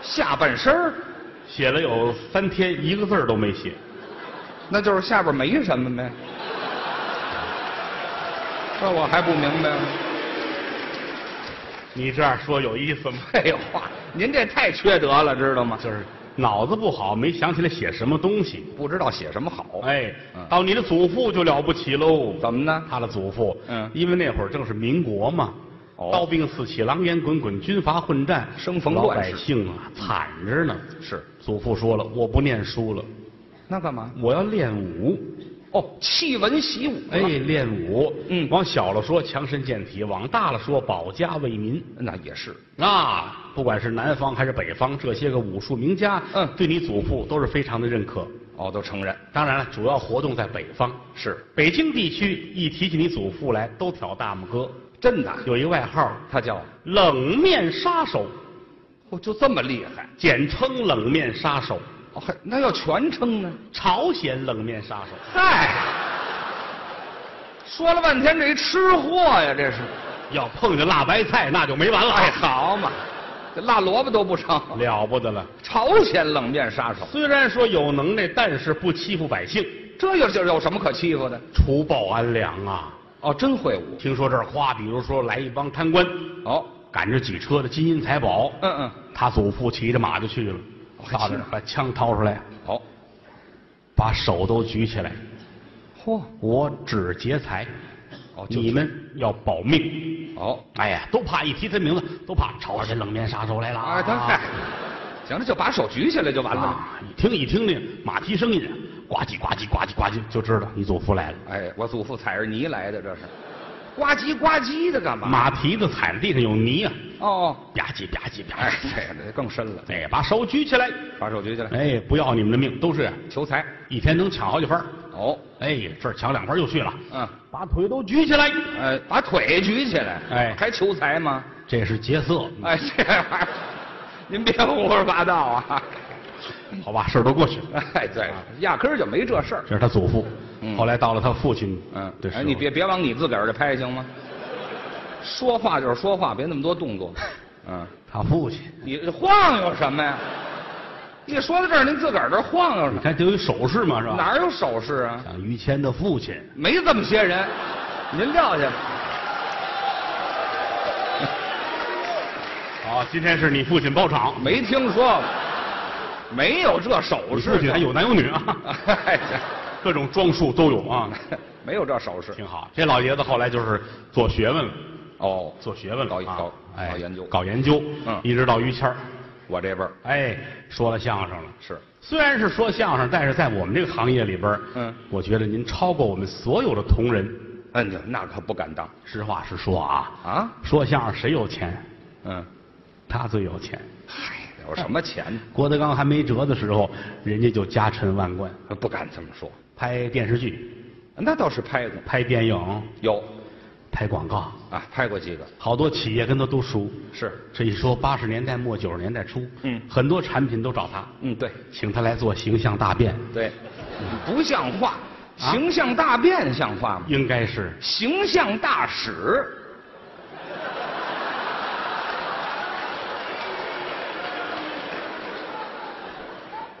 Speaker 4: 下半身儿
Speaker 3: 写了有三天，一个字儿都没写，
Speaker 4: 那就是下边没什么呗。这我还不明白吗？
Speaker 3: 你这样说有意思吗？
Speaker 4: 废话，您这太缺德了，知道吗？
Speaker 3: 就是脑子不好，没想起来写什么东西。
Speaker 4: 不知道写什么好。
Speaker 3: 哎
Speaker 4: 嗯，
Speaker 3: 到你的祖父就了不起喽。
Speaker 4: 怎么呢？
Speaker 3: 他的祖父，
Speaker 4: 嗯
Speaker 3: 因为那会儿正是民国嘛，
Speaker 4: 哦
Speaker 3: 刀兵四起，狼烟滚滚，军阀混战，
Speaker 4: 生逢
Speaker 3: 老
Speaker 4: 乱
Speaker 3: 百
Speaker 4: 世
Speaker 3: 姓啊惨着呢。
Speaker 4: 是，
Speaker 3: 祖父说了，我不念书了，
Speaker 4: 那干嘛？
Speaker 3: 我要练武。
Speaker 4: 哦，弃文习武。
Speaker 3: 哎，，练武，
Speaker 4: 嗯
Speaker 3: 往小了说强身健体，往大了说保家卫民。
Speaker 4: 那也是。
Speaker 3: 啊，不管是南方还是北方，这些个武术名家，
Speaker 4: 嗯
Speaker 3: 对你祖父都是非常的认可。
Speaker 4: 哦，都承认
Speaker 3: 当然了，主要活动在北方。
Speaker 4: 是
Speaker 3: 北京地区一提起你祖父来，都挑大拇哥，
Speaker 4: 真的。
Speaker 3: 有一个外号
Speaker 4: 他叫
Speaker 3: “冷面杀手”，
Speaker 4: 哦，就这么厉害。
Speaker 3: 简称“冷面杀手
Speaker 4: 哦，还那要全称呢？”，
Speaker 3: 朝鲜冷面杀手。
Speaker 4: 嗨，说了半天这一吃货呀，这是。
Speaker 3: 要碰见辣白菜，那就没完了，
Speaker 4: 哎，好嘛，这辣萝卜都不成。
Speaker 3: 了不得了。
Speaker 4: 朝鲜冷面杀手，
Speaker 3: 虽然说有能耐，但是不欺负百姓，
Speaker 4: 这又就有什么可欺负的？
Speaker 3: 除暴安良啊。
Speaker 4: 哦，真会武。
Speaker 3: 听说这儿夸，比如说来一帮贪官，
Speaker 4: 哦，
Speaker 3: 赶着几车的金银财宝，
Speaker 4: 嗯嗯，
Speaker 3: 他祖父骑着马就去了，
Speaker 4: 还
Speaker 3: 到那
Speaker 4: 骑
Speaker 3: 儿
Speaker 4: 马
Speaker 3: 把枪掏出来，
Speaker 4: 好。
Speaker 3: 把手都举起来，
Speaker 4: 嚯，
Speaker 3: 我只劫财，
Speaker 4: 哦就
Speaker 3: 你们要保命。
Speaker 4: 好。
Speaker 3: 哎呀，都怕一提他名字，都怕朝鲜冷面杀手来了啊！
Speaker 4: 哎，他嗨，行了，就把手举起来就完了。
Speaker 3: 啊！一听一听那马蹄声音，呱唧呱唧呱唧呱唧，就知道你祖父来了。
Speaker 4: 哎，我祖父踩着泥来的，这是，呱唧呱唧的干嘛？
Speaker 3: 马蹄子踩在地上有泥啊，
Speaker 4: 哦，
Speaker 3: 吧唧吧唧吧
Speaker 4: 哎，
Speaker 3: 唧。
Speaker 4: 这这更深了，
Speaker 3: 哎，把手举起来，
Speaker 4: 把手举起来，
Speaker 3: 哎，不要你们的命，都是
Speaker 4: 求财。
Speaker 3: 一天能抢好几番儿。
Speaker 4: 哦，
Speaker 3: 哎，这儿抢两番儿又去了，
Speaker 4: 嗯，
Speaker 3: 把腿都举起来。
Speaker 4: 哎，把腿举起来，
Speaker 3: 哎
Speaker 4: 还求财吗？
Speaker 3: 这是劫色，
Speaker 4: 哎，这玩意儿，您别胡说八道啊！
Speaker 3: 好吧，事儿都过去了。
Speaker 4: 哎，对，
Speaker 3: 啊
Speaker 4: 压根儿就没这事儿。
Speaker 3: 这是他祖父，
Speaker 4: 嗯
Speaker 3: 后来到了他父亲，
Speaker 4: 嗯，
Speaker 3: 对，
Speaker 4: 哎，你别，别往你自个儿这拍行吗？说话就是说话，别那么多动 作。嗯，
Speaker 3: 他父亲，
Speaker 4: 你晃悠什么呀？一说到这儿，您自个儿这晃悠什
Speaker 3: 你
Speaker 4: 么？
Speaker 3: 看这有一手势嘛，是吧？
Speaker 4: 哪儿有手势啊？
Speaker 3: 像于谦的父亲，
Speaker 4: 没这么些人，您撂下吧。
Speaker 3: 好，今天是你父亲包场，
Speaker 4: 没听说过，没有这手
Speaker 3: 你
Speaker 4: 势。
Speaker 3: 父亲还有男有女啊，
Speaker 4: 哎，
Speaker 3: 各种装束都有啊，
Speaker 4: 这没有这手势。
Speaker 3: 挺好。这老爷子后来就是做学问了，
Speaker 4: 哦，
Speaker 3: 做学问了
Speaker 4: 搞一
Speaker 3: 啊
Speaker 4: 搞
Speaker 3: 哎
Speaker 4: 搞研究
Speaker 3: 搞研究，
Speaker 4: 嗯
Speaker 3: 一直到于谦儿，
Speaker 4: 我这辈儿
Speaker 3: 哎，说了相声了。
Speaker 4: 是
Speaker 3: 虽然是说相声，但是在我们这个行业里边儿，
Speaker 4: 嗯
Speaker 3: 我觉得您超过我们所有的同仁。
Speaker 4: 嗯，那可不敢当
Speaker 3: 实话实说啊，
Speaker 4: 啊。
Speaker 3: 说相声谁有钱？
Speaker 4: 嗯，
Speaker 3: 他最有钱。
Speaker 4: 嗨，有什么钱呢？
Speaker 3: 郭德纲还没辙的时候，人家就家沉万贯，
Speaker 4: 不敢这么说。
Speaker 3: 拍电视剧、
Speaker 4: 那倒是拍过，
Speaker 3: 拍电影、
Speaker 4: 有
Speaker 3: 拍广告，
Speaker 4: 啊，拍过几个
Speaker 3: 好多企业跟他都熟。
Speaker 4: 是。
Speaker 3: 这一说，八十年代末九十年代初，
Speaker 4: 嗯
Speaker 3: 很多产品都找他，
Speaker 4: 嗯，对
Speaker 3: 请他来做形象大变，
Speaker 4: 对，不像话，
Speaker 3: 啊
Speaker 4: 形象大变像话吗？
Speaker 3: 应该是
Speaker 4: 形象大使。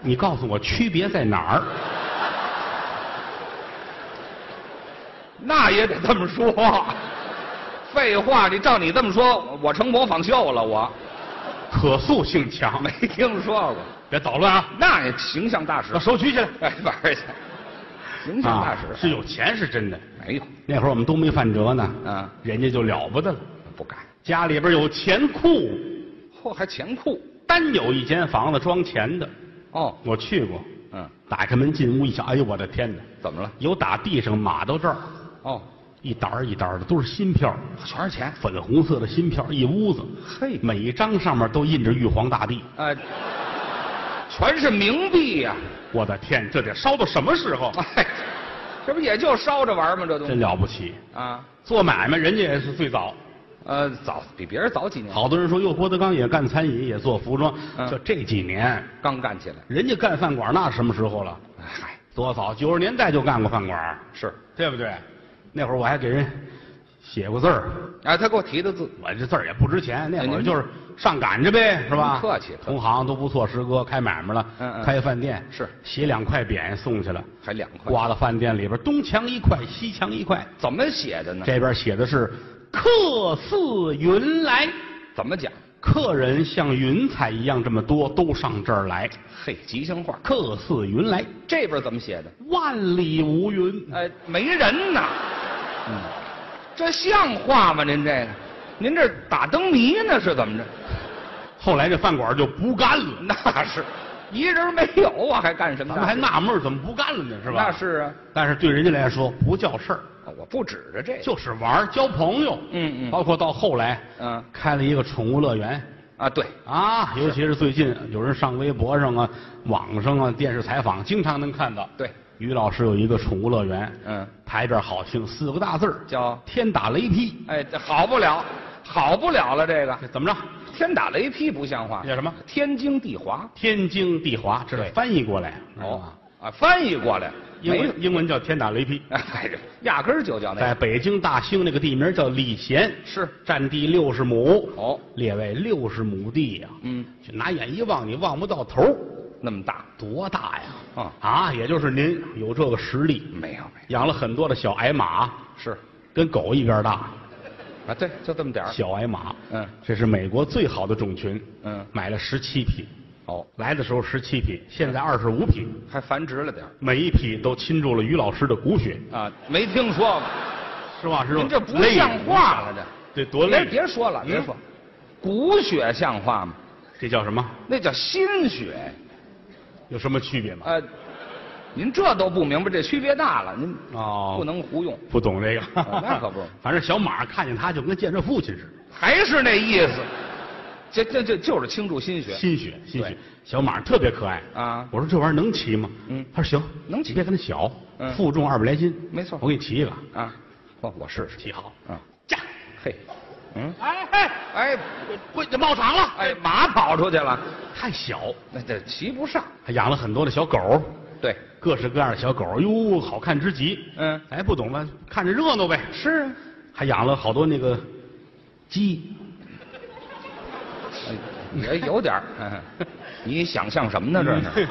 Speaker 3: 你告诉我区别在哪儿？
Speaker 4: 那也得这么说。废话，你照你这么说，我成模仿秀了，我
Speaker 3: 可塑性强，
Speaker 4: 没听说过。
Speaker 3: 别捣乱啊！
Speaker 4: 那也形象大使
Speaker 3: 把，手举起来。
Speaker 4: 哎，玩儿去，形象大
Speaker 3: 啊
Speaker 4: 使
Speaker 3: 是有钱是真的，
Speaker 4: 没有？
Speaker 3: 那会儿我们都没犯辙呢，
Speaker 4: 啊，
Speaker 3: 人家就了不得了，
Speaker 4: 不敢。
Speaker 3: 家里边有钱库，
Speaker 4: 嚯，还钱库
Speaker 3: 单有一间房子装钱的，
Speaker 4: 哦，
Speaker 3: 我去过，
Speaker 4: 嗯，
Speaker 3: 打开门进屋一瞧，哎呦我的天哪，
Speaker 4: 怎么了？
Speaker 3: 有打地上马到这儿，
Speaker 4: 哦，
Speaker 3: 一沓儿一沓儿的都是新票，
Speaker 4: 全是钱。
Speaker 3: 粉红色的新票，一屋子，
Speaker 4: 嘿
Speaker 3: 每一张上面都印着玉皇大帝。
Speaker 4: 呃，全是冥币呀、
Speaker 3: 我的天，这得烧到什么时候？啊
Speaker 4: 哎，这不也就烧着玩儿吗？这东
Speaker 3: 真
Speaker 4: 西
Speaker 3: 了不起！
Speaker 4: 啊，
Speaker 3: 做买卖人家也是最早，
Speaker 4: 呃，早比别人早几年，
Speaker 3: 好多人说哟，郭德纲也干餐饮，也做服装，
Speaker 4: 嗯
Speaker 3: 就这几年，
Speaker 4: 刚干起来。
Speaker 3: 人家干饭馆那什么时候了？
Speaker 4: 嗨，
Speaker 3: 多早？九十年代就干过饭馆，
Speaker 4: 是，
Speaker 3: 对不对？那会儿我还给人写过字儿，
Speaker 4: 哎，他给我提的字，
Speaker 3: 我这字儿也不值钱，那
Speaker 4: 哎
Speaker 3: 会儿
Speaker 4: 您
Speaker 3: 就是上赶着呗，是吧？
Speaker 4: 您客气客气
Speaker 3: 同行都不错，师哥开买卖了，
Speaker 4: 嗯嗯
Speaker 3: 开饭店
Speaker 4: 是嗯
Speaker 3: 写两块匾送去了，
Speaker 4: 还两块，
Speaker 3: 挂到饭店里边，东墙一块，西墙一块，
Speaker 4: 怎么写的呢？
Speaker 3: 这边写的是“客似云来
Speaker 4: 怎么讲？”，
Speaker 3: 客人像云彩一样这么多，都上这儿来，
Speaker 4: 嘿，吉祥话。
Speaker 3: 客似云来，
Speaker 4: 这边怎么写的？
Speaker 3: 万里无云。
Speaker 4: 哎，没人呐。
Speaker 3: 嗯
Speaker 4: 这像话吗？您这个，您这打灯谜呢是怎么着？
Speaker 3: 后来这饭馆就不干了，
Speaker 4: 那是，一人没有啊，还干什么
Speaker 3: 咱
Speaker 4: 大
Speaker 3: 们还
Speaker 4: 事？
Speaker 3: 纳闷儿怎么不干了呢，是吧？
Speaker 4: 那是啊，哦
Speaker 3: 但是对人家来说不叫事儿，
Speaker 4: 我不指着这个，
Speaker 3: 就是玩儿交朋友。
Speaker 4: 嗯嗯
Speaker 3: 包括到后来，
Speaker 4: 嗯
Speaker 3: 开了一个宠物乐园
Speaker 4: 啊，对，
Speaker 3: 啊，尤其是最近有人上微博上啊、网上啊、电视采访，经常能看到。
Speaker 4: 对，
Speaker 3: 于老师有一个宠物乐园，
Speaker 4: 嗯，
Speaker 3: 牌匾好听，四个大字儿
Speaker 4: 叫
Speaker 3: 天打雷劈”。
Speaker 4: 哎，这好不了，好不了了，这个
Speaker 3: 这怎么着？
Speaker 4: 天打雷劈不像话，
Speaker 3: 这叫什么？
Speaker 4: 天经地滑。
Speaker 3: 天经地滑，这是
Speaker 4: 对
Speaker 3: 翻译过来，知道吗，
Speaker 4: 啊，翻译过来，
Speaker 3: 哎英
Speaker 4: 没
Speaker 3: 文英哎文叫天打雷劈。
Speaker 4: 哎，压根儿就叫那
Speaker 3: 在
Speaker 4: 个
Speaker 3: 北京大兴那个地名叫礼贤，
Speaker 4: 是
Speaker 3: 占地六十亩，
Speaker 4: 哦，
Speaker 3: 列为六十亩地呀、
Speaker 4: 嗯，
Speaker 3: 就拿眼一望，你望不到头儿，
Speaker 4: 那么大，
Speaker 3: 多大呀？
Speaker 4: 啊嗯
Speaker 3: 也就是您有这个实力，
Speaker 4: 没有没有，
Speaker 3: 养了很多的小矮马，
Speaker 4: 是
Speaker 3: 跟狗一边大，
Speaker 4: 啊，对，就这么点儿。
Speaker 3: 小矮马，
Speaker 4: 嗯
Speaker 3: 这是美国最好的种群，
Speaker 4: 嗯
Speaker 3: 买了十七匹，
Speaker 4: 哦，
Speaker 3: 来的时候十七匹，现在二十五匹，
Speaker 4: 还繁殖了点儿
Speaker 3: 每一匹都侵入了于老师的骨血，
Speaker 4: 啊，没听说过，
Speaker 3: 是吧？师傅，
Speaker 4: 您这不
Speaker 3: 累
Speaker 4: 像话了，
Speaker 3: 这
Speaker 4: 这
Speaker 3: 多累！
Speaker 4: 哎别别说了，别
Speaker 3: 嗯
Speaker 4: 说，骨血像话吗？
Speaker 3: 这叫什么？
Speaker 4: 那叫心血，
Speaker 3: 有什么区别吗？
Speaker 4: 呃，您这都不明白，这区别大了，您
Speaker 3: 哦
Speaker 4: 呃不能胡用，
Speaker 3: 不懂这个，
Speaker 4: 啊那可不
Speaker 3: 反正小马看见他就跟见着父亲似的，
Speaker 4: 还是那意思，这这这就是倾注心血，
Speaker 3: 心血心血
Speaker 4: 对。
Speaker 3: 小马特别可爱
Speaker 4: 啊
Speaker 3: 我说这玩意儿能骑吗？
Speaker 4: 嗯
Speaker 3: 他说行，
Speaker 4: 能骑
Speaker 3: 你别跟他小
Speaker 4: 嗯，
Speaker 3: 负重二百来斤，
Speaker 4: 没错
Speaker 3: 我给你骑一个，
Speaker 4: 啊，我我试试，
Speaker 3: 骑好，
Speaker 4: 啊，
Speaker 3: 驾，
Speaker 4: 嘿，嗯，
Speaker 3: 哎哎，
Speaker 4: 哎
Speaker 3: 我这冒场了，
Speaker 4: 哎，马跑出去了，
Speaker 3: 太小，
Speaker 4: 那这骑不上，
Speaker 3: 还养了很多的小狗，
Speaker 4: 对，
Speaker 3: 各式各样的小狗，哟，好看之极。
Speaker 4: 嗯
Speaker 3: 哎，不懂了，看着热闹呗。
Speaker 4: 是啊，
Speaker 3: 还养了好多那个鸡，
Speaker 4: 哎也有点儿， 嗯你想象什么呢？这是。嗯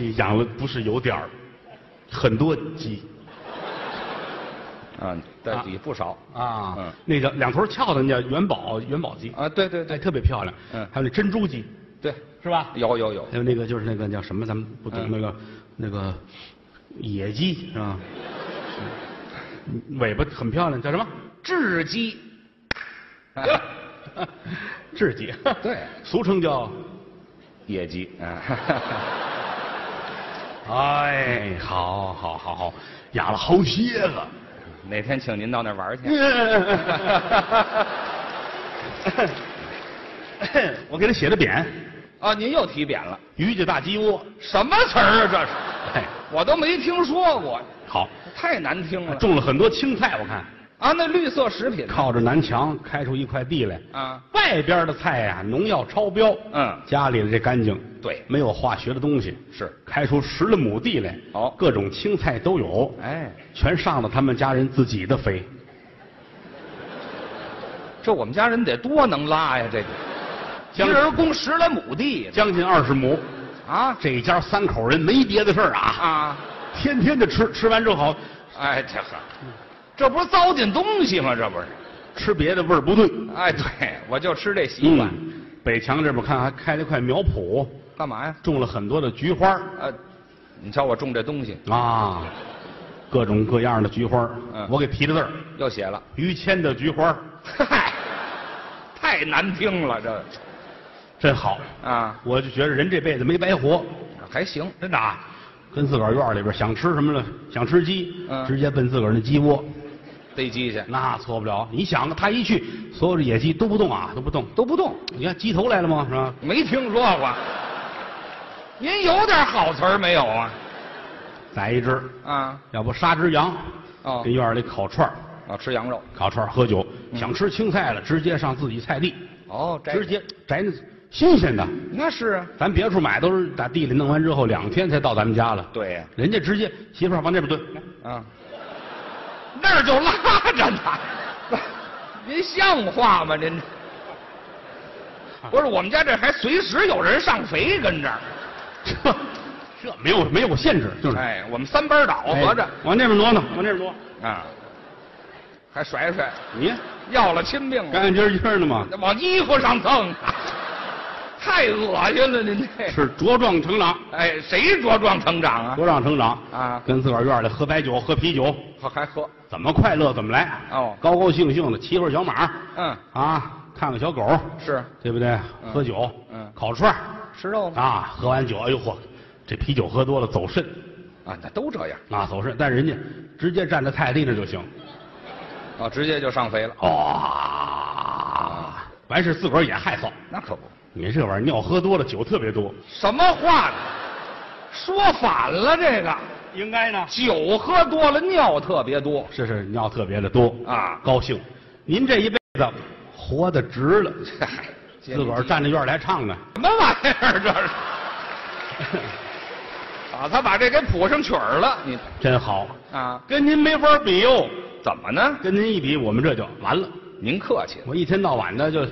Speaker 3: 这 养了不是有点儿，很多鸡。
Speaker 4: 啊，
Speaker 3: 啊
Speaker 4: 但也不少
Speaker 3: 啊，
Speaker 4: 嗯
Speaker 3: 那叫两头翘的，那叫元宝元宝鸡，
Speaker 4: 啊，对对
Speaker 3: 哎，
Speaker 4: 对
Speaker 3: 特别漂亮。
Speaker 4: 嗯
Speaker 3: 还有那珍珠鸡，
Speaker 4: 对，
Speaker 3: 是吧？
Speaker 4: 有有有
Speaker 3: 还有那个就是那个叫什么，咱们不懂
Speaker 4: 嗯
Speaker 3: 那个那个野鸡是吧？ 嗯尾巴很漂亮，叫 什么？
Speaker 4: 雉 鸡，哎
Speaker 3: 雉鸡，
Speaker 4: 对，
Speaker 3: 俗称叫。
Speaker 4: 野鸡啊，
Speaker 3: 哎，好，好，好，好，养了好些个。
Speaker 4: 哪天请您到那儿玩去。
Speaker 3: 我给他写的匾，
Speaker 4: 啊，您又提匾了，
Speaker 3: 于家大鸡窝。
Speaker 4: 什么词儿啊？这是
Speaker 3: 哎，
Speaker 4: 我都没听说过，
Speaker 3: 好，
Speaker 4: 太难听了
Speaker 3: 种了很多青菜，我看
Speaker 4: 啊！那绿色食品呢
Speaker 3: 靠着南墙开出一块地来，
Speaker 4: 啊，
Speaker 3: 外边的菜呀、农药超标，
Speaker 4: 嗯
Speaker 3: 家里的这干净，
Speaker 4: 对
Speaker 3: 没有化学的东西，
Speaker 4: 是
Speaker 3: 开出十来亩地来，
Speaker 4: 好
Speaker 3: 各种青菜都有，
Speaker 4: 哎，
Speaker 3: 全上了他们家人自己的肥，
Speaker 4: 这我们家人得多能拉呀！这
Speaker 3: 将
Speaker 4: 一人供十来亩地
Speaker 3: 将近二十亩，
Speaker 4: 啊
Speaker 3: 这一家三口人没别的事儿啊，
Speaker 4: 啊！
Speaker 3: 天天的吃，吃完正好，
Speaker 4: 哎，这呵，
Speaker 3: 嗯
Speaker 4: 这不是糟践东西吗？这不是？
Speaker 3: 吃别的味儿不对，
Speaker 4: 哎，对，我就吃这习惯。
Speaker 3: 嗯北墙这边看还开了一块苗圃，
Speaker 4: 干嘛呀？
Speaker 3: 种了很多的菊花儿
Speaker 4: 呃，你瞧我种这东西
Speaker 3: 啊，各种各样的菊花儿
Speaker 4: 嗯
Speaker 3: 我给提的字儿，
Speaker 4: 又写了，
Speaker 3: 于谦的菊花儿
Speaker 4: 嗨，太难听了这
Speaker 3: 真好，
Speaker 4: 啊，
Speaker 3: 我就觉得人这辈子没白活，
Speaker 4: 还行
Speaker 3: 真的啊。跟自个儿院里边想吃什么了，想吃鸡，
Speaker 4: 嗯
Speaker 3: 直接奔自个儿那鸡窝，
Speaker 4: 逮鸡去
Speaker 3: 那错不了。你想，他一去，所有的野鸡都不动啊，都不动。
Speaker 4: 都不动，
Speaker 3: 你看鸡头来了吗？是吧？
Speaker 4: 没听说过。您有点好词儿没有啊？
Speaker 3: 宰一只，
Speaker 4: 啊，
Speaker 3: 要不杀只羊，
Speaker 4: 哦嗯
Speaker 3: 跟院里烤串儿
Speaker 4: 啊，吃羊肉
Speaker 3: 烤串儿喝酒，想吃青菜了，直接上自己菜地，
Speaker 4: 哦，
Speaker 3: 直接摘那新鲜的。
Speaker 4: 那是啊，
Speaker 3: 咱别处买都是打地里弄完之后两天才到咱们家了。
Speaker 4: 对呀
Speaker 3: 人家直接媳妇儿往这边蹲，来
Speaker 4: 啊，那儿就拉着呢，您像话吗？您这不是我们家这还随时有人上肥跟这儿，
Speaker 3: 这这没有没有限制，就是
Speaker 4: 哎，我们三班倒
Speaker 3: 哎
Speaker 4: 合着、
Speaker 3: 往那边挪挪，往那边挪。
Speaker 4: 啊，还甩甩，
Speaker 3: 你
Speaker 4: 要了亲命了，
Speaker 3: 干干净净的嘛，
Speaker 4: 往衣服上蹭， 太恶心了您这，
Speaker 3: 是茁壮成长，
Speaker 4: 哎，谁茁壮成长啊？
Speaker 3: 茁壮成长
Speaker 4: 啊
Speaker 3: 跟自个儿院里喝白酒，喝啤酒，
Speaker 4: 还还喝，
Speaker 3: 怎么快乐怎么来。
Speaker 4: 哦
Speaker 3: 高高兴兴的骑会儿小马，
Speaker 4: 嗯，
Speaker 3: 啊，看看小狗，
Speaker 4: 是
Speaker 3: 对不对？喝酒，
Speaker 4: 嗯
Speaker 3: 烤串儿
Speaker 4: 吃肉吗？
Speaker 3: 啊，喝完酒，哎呦嚯，这啤酒喝多了走肾。
Speaker 4: 啊，那都这样
Speaker 3: 啊，走肾，但是人家直接站在菜地那就行。
Speaker 4: 啊，直接就上肥了，
Speaker 3: 哦，完事自个儿也害臊。
Speaker 4: 那可不。
Speaker 3: 你这玩意儿尿喝多了，酒特别多。
Speaker 4: 什么话呢？说反了，这个
Speaker 3: 应该呢。
Speaker 4: 酒喝多了，尿特别多。
Speaker 3: 是是，尿特别的多
Speaker 4: 啊
Speaker 3: 高兴。您这一辈子活得值了，自个儿站在院儿里还唱呢。
Speaker 4: 什么玩意儿这是？ 啊，他把这给谱上曲儿了，你
Speaker 3: 真好，
Speaker 4: 啊，
Speaker 3: 跟您没法比哟。
Speaker 4: 怎么呢？
Speaker 3: 跟您一比，我们这就完了。
Speaker 4: 您客气了，
Speaker 3: 我一天到晚的就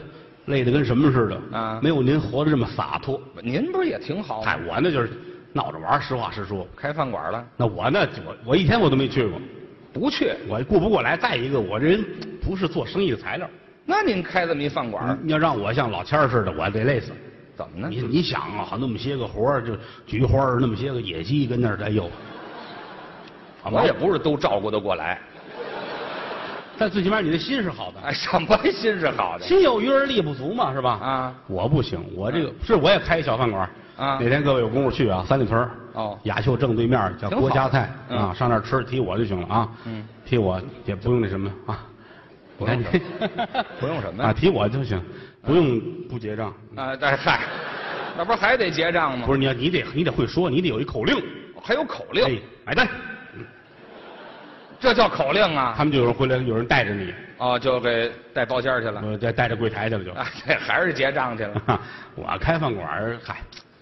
Speaker 3: 累得跟什么似的
Speaker 4: 啊哦
Speaker 3: 没有您活得这么洒脱。
Speaker 4: 您不是也挺好
Speaker 3: 嗨
Speaker 4: 吗？，
Speaker 3: 我那就是闹着玩儿，实话实说。
Speaker 4: 开饭馆了，
Speaker 3: 那我呢？我我一天我都没去过，
Speaker 4: 不去？
Speaker 3: 我顾不过来。再一个，我这人不是做生意的材料。
Speaker 4: 那您开这么一饭馆儿，
Speaker 3: 你要让我像老千儿似的，我得累死。
Speaker 4: 怎么
Speaker 3: 嗯你
Speaker 4: 呢？
Speaker 3: 你想啊，好那么些个活儿，就菊花儿那么些个野鸡跟那儿，哎呦，好吧
Speaker 4: 我也，不是都照顾得过来。
Speaker 3: 但最起码你的心是好的，
Speaker 4: 哎，什么心是好的
Speaker 3: 心有余而力不足嘛，是吧？
Speaker 4: 啊？
Speaker 3: 我不行，我这个是我也开一小饭馆儿
Speaker 4: 啊
Speaker 3: 哪天各位有功夫去啊，三里屯儿
Speaker 4: 哦
Speaker 3: 雅秀正对面儿叫
Speaker 4: 挺好
Speaker 3: 郭家菜
Speaker 4: 嗯
Speaker 3: 啊，上那儿吃提我就行了啊，
Speaker 4: 嗯，
Speaker 3: 提我也不用那什么啊，
Speaker 4: 不用
Speaker 3: 你
Speaker 4: 什
Speaker 3: 看
Speaker 4: 么
Speaker 3: 你
Speaker 4: 不用什么呀嗯
Speaker 3: 啊，提我就行，不用不结账。
Speaker 4: 啊？哎嗨，那不是还得结账吗？
Speaker 3: 不是你要你得你得会说，你得有一口令，
Speaker 4: 还有口令。
Speaker 3: 哎，买单，
Speaker 4: 啊这叫口令啊！
Speaker 3: 他们就有人回来，有人带着你，
Speaker 4: 哦，就给带包间儿去了，
Speaker 3: 我再带着柜台去了就。
Speaker 4: 啊，这还是结账去了。
Speaker 3: 我开饭馆儿，嗨，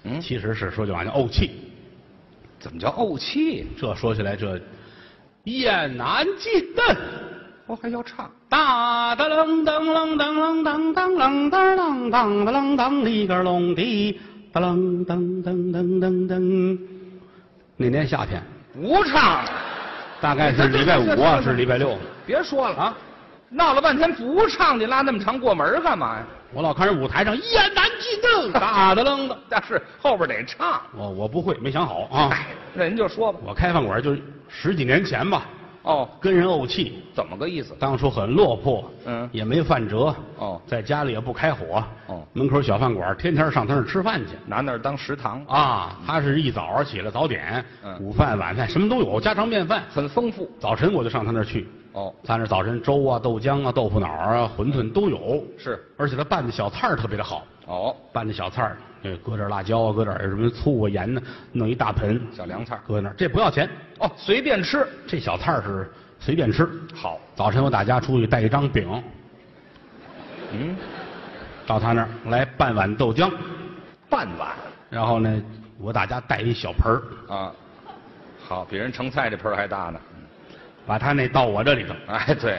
Speaker 4: 嗯
Speaker 3: 其实是说句玩笑，怄气。
Speaker 4: 怎么叫怄气？
Speaker 3: 这说起来这夜难尽
Speaker 4: 我还要唱
Speaker 3: 大哒楞当啷当啷当当啷当啷当啷当里个隆的哒啷噔噔噔噔噔。那年夏天，
Speaker 4: 不唱？
Speaker 3: 大概是礼拜五啊，是礼拜六。
Speaker 4: 别说了啊！闹了半天不唱，你拉那么长过门儿干嘛呀？
Speaker 3: 我老看人舞台上夜难 尽灯，大哒楞的。
Speaker 4: 但是后边得唱。
Speaker 3: 我我不会，没想好啊。
Speaker 4: 哎，那您就说吧。
Speaker 3: 我开饭馆就是十几年前吧，
Speaker 4: 哦，
Speaker 3: 跟人怄气，
Speaker 4: 怎么个意思？
Speaker 3: 当初很落魄，
Speaker 4: 嗯
Speaker 3: 也没饭辙，
Speaker 4: 哦
Speaker 3: 在家里也不开火，
Speaker 4: 哦
Speaker 3: 门口小饭馆天天上他那儿吃饭去，
Speaker 4: 拿那儿当食堂，
Speaker 3: 啊，他是一早上起来早点，
Speaker 4: 嗯
Speaker 3: 午饭晚饭什么都有，家常便饭。
Speaker 4: 很丰富。
Speaker 3: 早晨我就上他那儿去，
Speaker 4: 哦，
Speaker 3: 他那儿早晨粥啊、豆浆啊、豆腐脑啊、馄饨都有，
Speaker 4: 是
Speaker 3: 而且他拌的小菜儿特别的好，
Speaker 4: 哦，
Speaker 3: 拌的小菜儿，呃搁点辣椒啊，搁点什么醋啊、盐呢，弄一大盆
Speaker 4: 小凉菜儿
Speaker 3: 搁那儿，这不要钱，
Speaker 4: 哦，随便吃。
Speaker 3: 这小菜儿是随便吃。
Speaker 4: 好，
Speaker 3: 早晨我打家出去带一张饼，
Speaker 4: 嗯，
Speaker 3: 到他那儿来半碗豆浆，
Speaker 4: 半碗
Speaker 3: 然后呢，我打家带一小盆儿，
Speaker 4: 啊，好，比人盛菜这盆儿还大呢。
Speaker 3: 把他那到我这里头，
Speaker 4: 哎，对，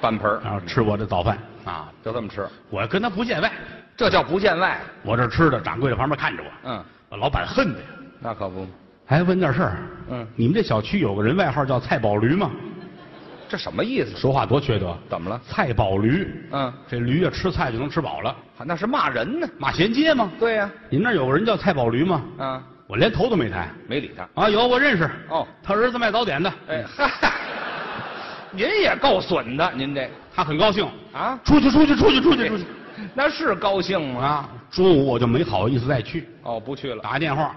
Speaker 4: 半盆
Speaker 3: 然
Speaker 4: 儿，
Speaker 3: 后吃我的早饭啊。
Speaker 4: 就这么吃，
Speaker 3: 我跟他不见外，
Speaker 4: 这叫不见外。
Speaker 3: 我这吃的，掌柜在旁边看着我，
Speaker 4: 嗯，
Speaker 3: 把老板恨的呀，
Speaker 4: 那可不，
Speaker 3: 还问点事儿。
Speaker 4: 嗯
Speaker 3: 你们这小区有个人外号叫菜宝驴吗？
Speaker 4: 这什么意思？
Speaker 3: 说话多缺德，
Speaker 4: 怎么了？
Speaker 3: 菜宝驴，
Speaker 4: 嗯，
Speaker 3: 这驴啊吃菜就能吃饱了，
Speaker 4: 那是骂人呢。
Speaker 3: 马衔街吗？
Speaker 4: 对呀、
Speaker 3: 你们那儿有个人叫菜宝驴吗？
Speaker 4: 啊，
Speaker 3: 我连头都没抬
Speaker 4: 没理他。
Speaker 3: 啊，有我认识
Speaker 4: 哦，
Speaker 3: 他儿子卖早点的，
Speaker 4: 哎嗨，您也够损的，您这
Speaker 3: 他很高兴，
Speaker 4: 啊，
Speaker 3: 出去出去出去出去出去。
Speaker 4: 那是高兴吗？
Speaker 3: 啊，中午我就没好意思再去，
Speaker 4: 哦，不去了。
Speaker 3: 打个电话，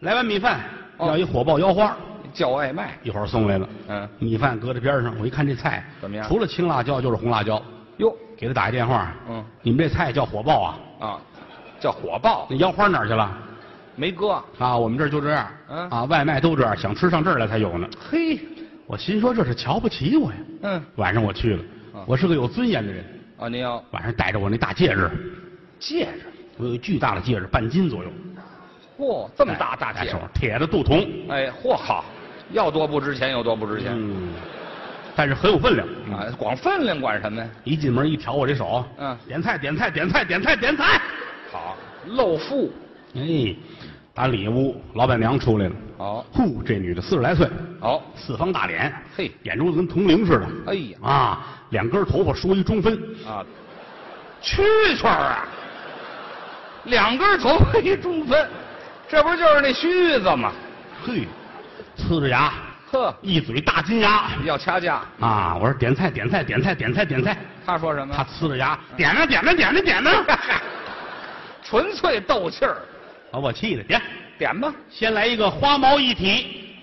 Speaker 3: 来碗米饭，
Speaker 4: 哦
Speaker 3: 要一火爆腰花，
Speaker 4: 叫外卖，
Speaker 3: 一会儿送来了。
Speaker 4: 嗯
Speaker 3: 米饭搁在边上，我一看这菜
Speaker 4: 怎么样
Speaker 3: 除了青辣椒就是红辣椒，
Speaker 4: 哟
Speaker 3: 给他打一电话。
Speaker 4: 嗯，
Speaker 3: 你们这菜叫火爆啊？
Speaker 4: 啊，叫火爆
Speaker 3: 那腰花哪儿去了？
Speaker 4: 没哥，
Speaker 3: 啊，我们这儿就这样。
Speaker 4: 嗯
Speaker 3: 啊，外卖都这样，想吃上这儿来才有呢。
Speaker 4: 嘿，
Speaker 3: 我心说这是瞧不起我呀。
Speaker 4: 嗯，
Speaker 3: 晚上我去了
Speaker 4: 啊，
Speaker 3: 我是个有尊严的人。
Speaker 4: 啊，您要
Speaker 3: 晚上戴着我那大戒指，
Speaker 4: 戒指，
Speaker 3: 我有一巨大的戒指，半斤左右，
Speaker 4: 嚯，哎这么大大
Speaker 3: 戴
Speaker 4: 戒
Speaker 3: 手
Speaker 4: 指，
Speaker 3: 上铁的镀铜，
Speaker 4: 哎，嚯好，要多不值钱有多不值钱，
Speaker 3: 嗯，但是很有分量。
Speaker 4: 啊，光分量管什么呀？
Speaker 3: 一进门一瞧我这手，
Speaker 4: 嗯
Speaker 3: 点菜点菜点菜点菜点菜，
Speaker 4: 好，露腹，
Speaker 3: 哎，打里屋老板娘出来了，
Speaker 4: 好，
Speaker 3: 呼，这女的四十来岁，
Speaker 4: 好，
Speaker 3: 四方大脸，
Speaker 4: 哦嘿
Speaker 3: 眼珠子跟铜铃似的，
Speaker 4: 哎呀，
Speaker 3: 啊，两根头发梳一中分，
Speaker 4: 啊，蛐蛐儿啊，两根头发一中分，这不就是那须子吗？
Speaker 3: 嘿，呲着牙，
Speaker 4: 呵，
Speaker 3: 一嘴大金牙，
Speaker 4: 要掐架，
Speaker 3: 啊，我说点菜点菜点菜点菜点菜，
Speaker 4: 他说什么？
Speaker 3: 他呲着牙点呢点呢啊点呢点呢，啊
Speaker 4: 纯粹斗气儿，
Speaker 3: 把我气的，点，
Speaker 4: 点吧，
Speaker 3: 先来一个花毛一体，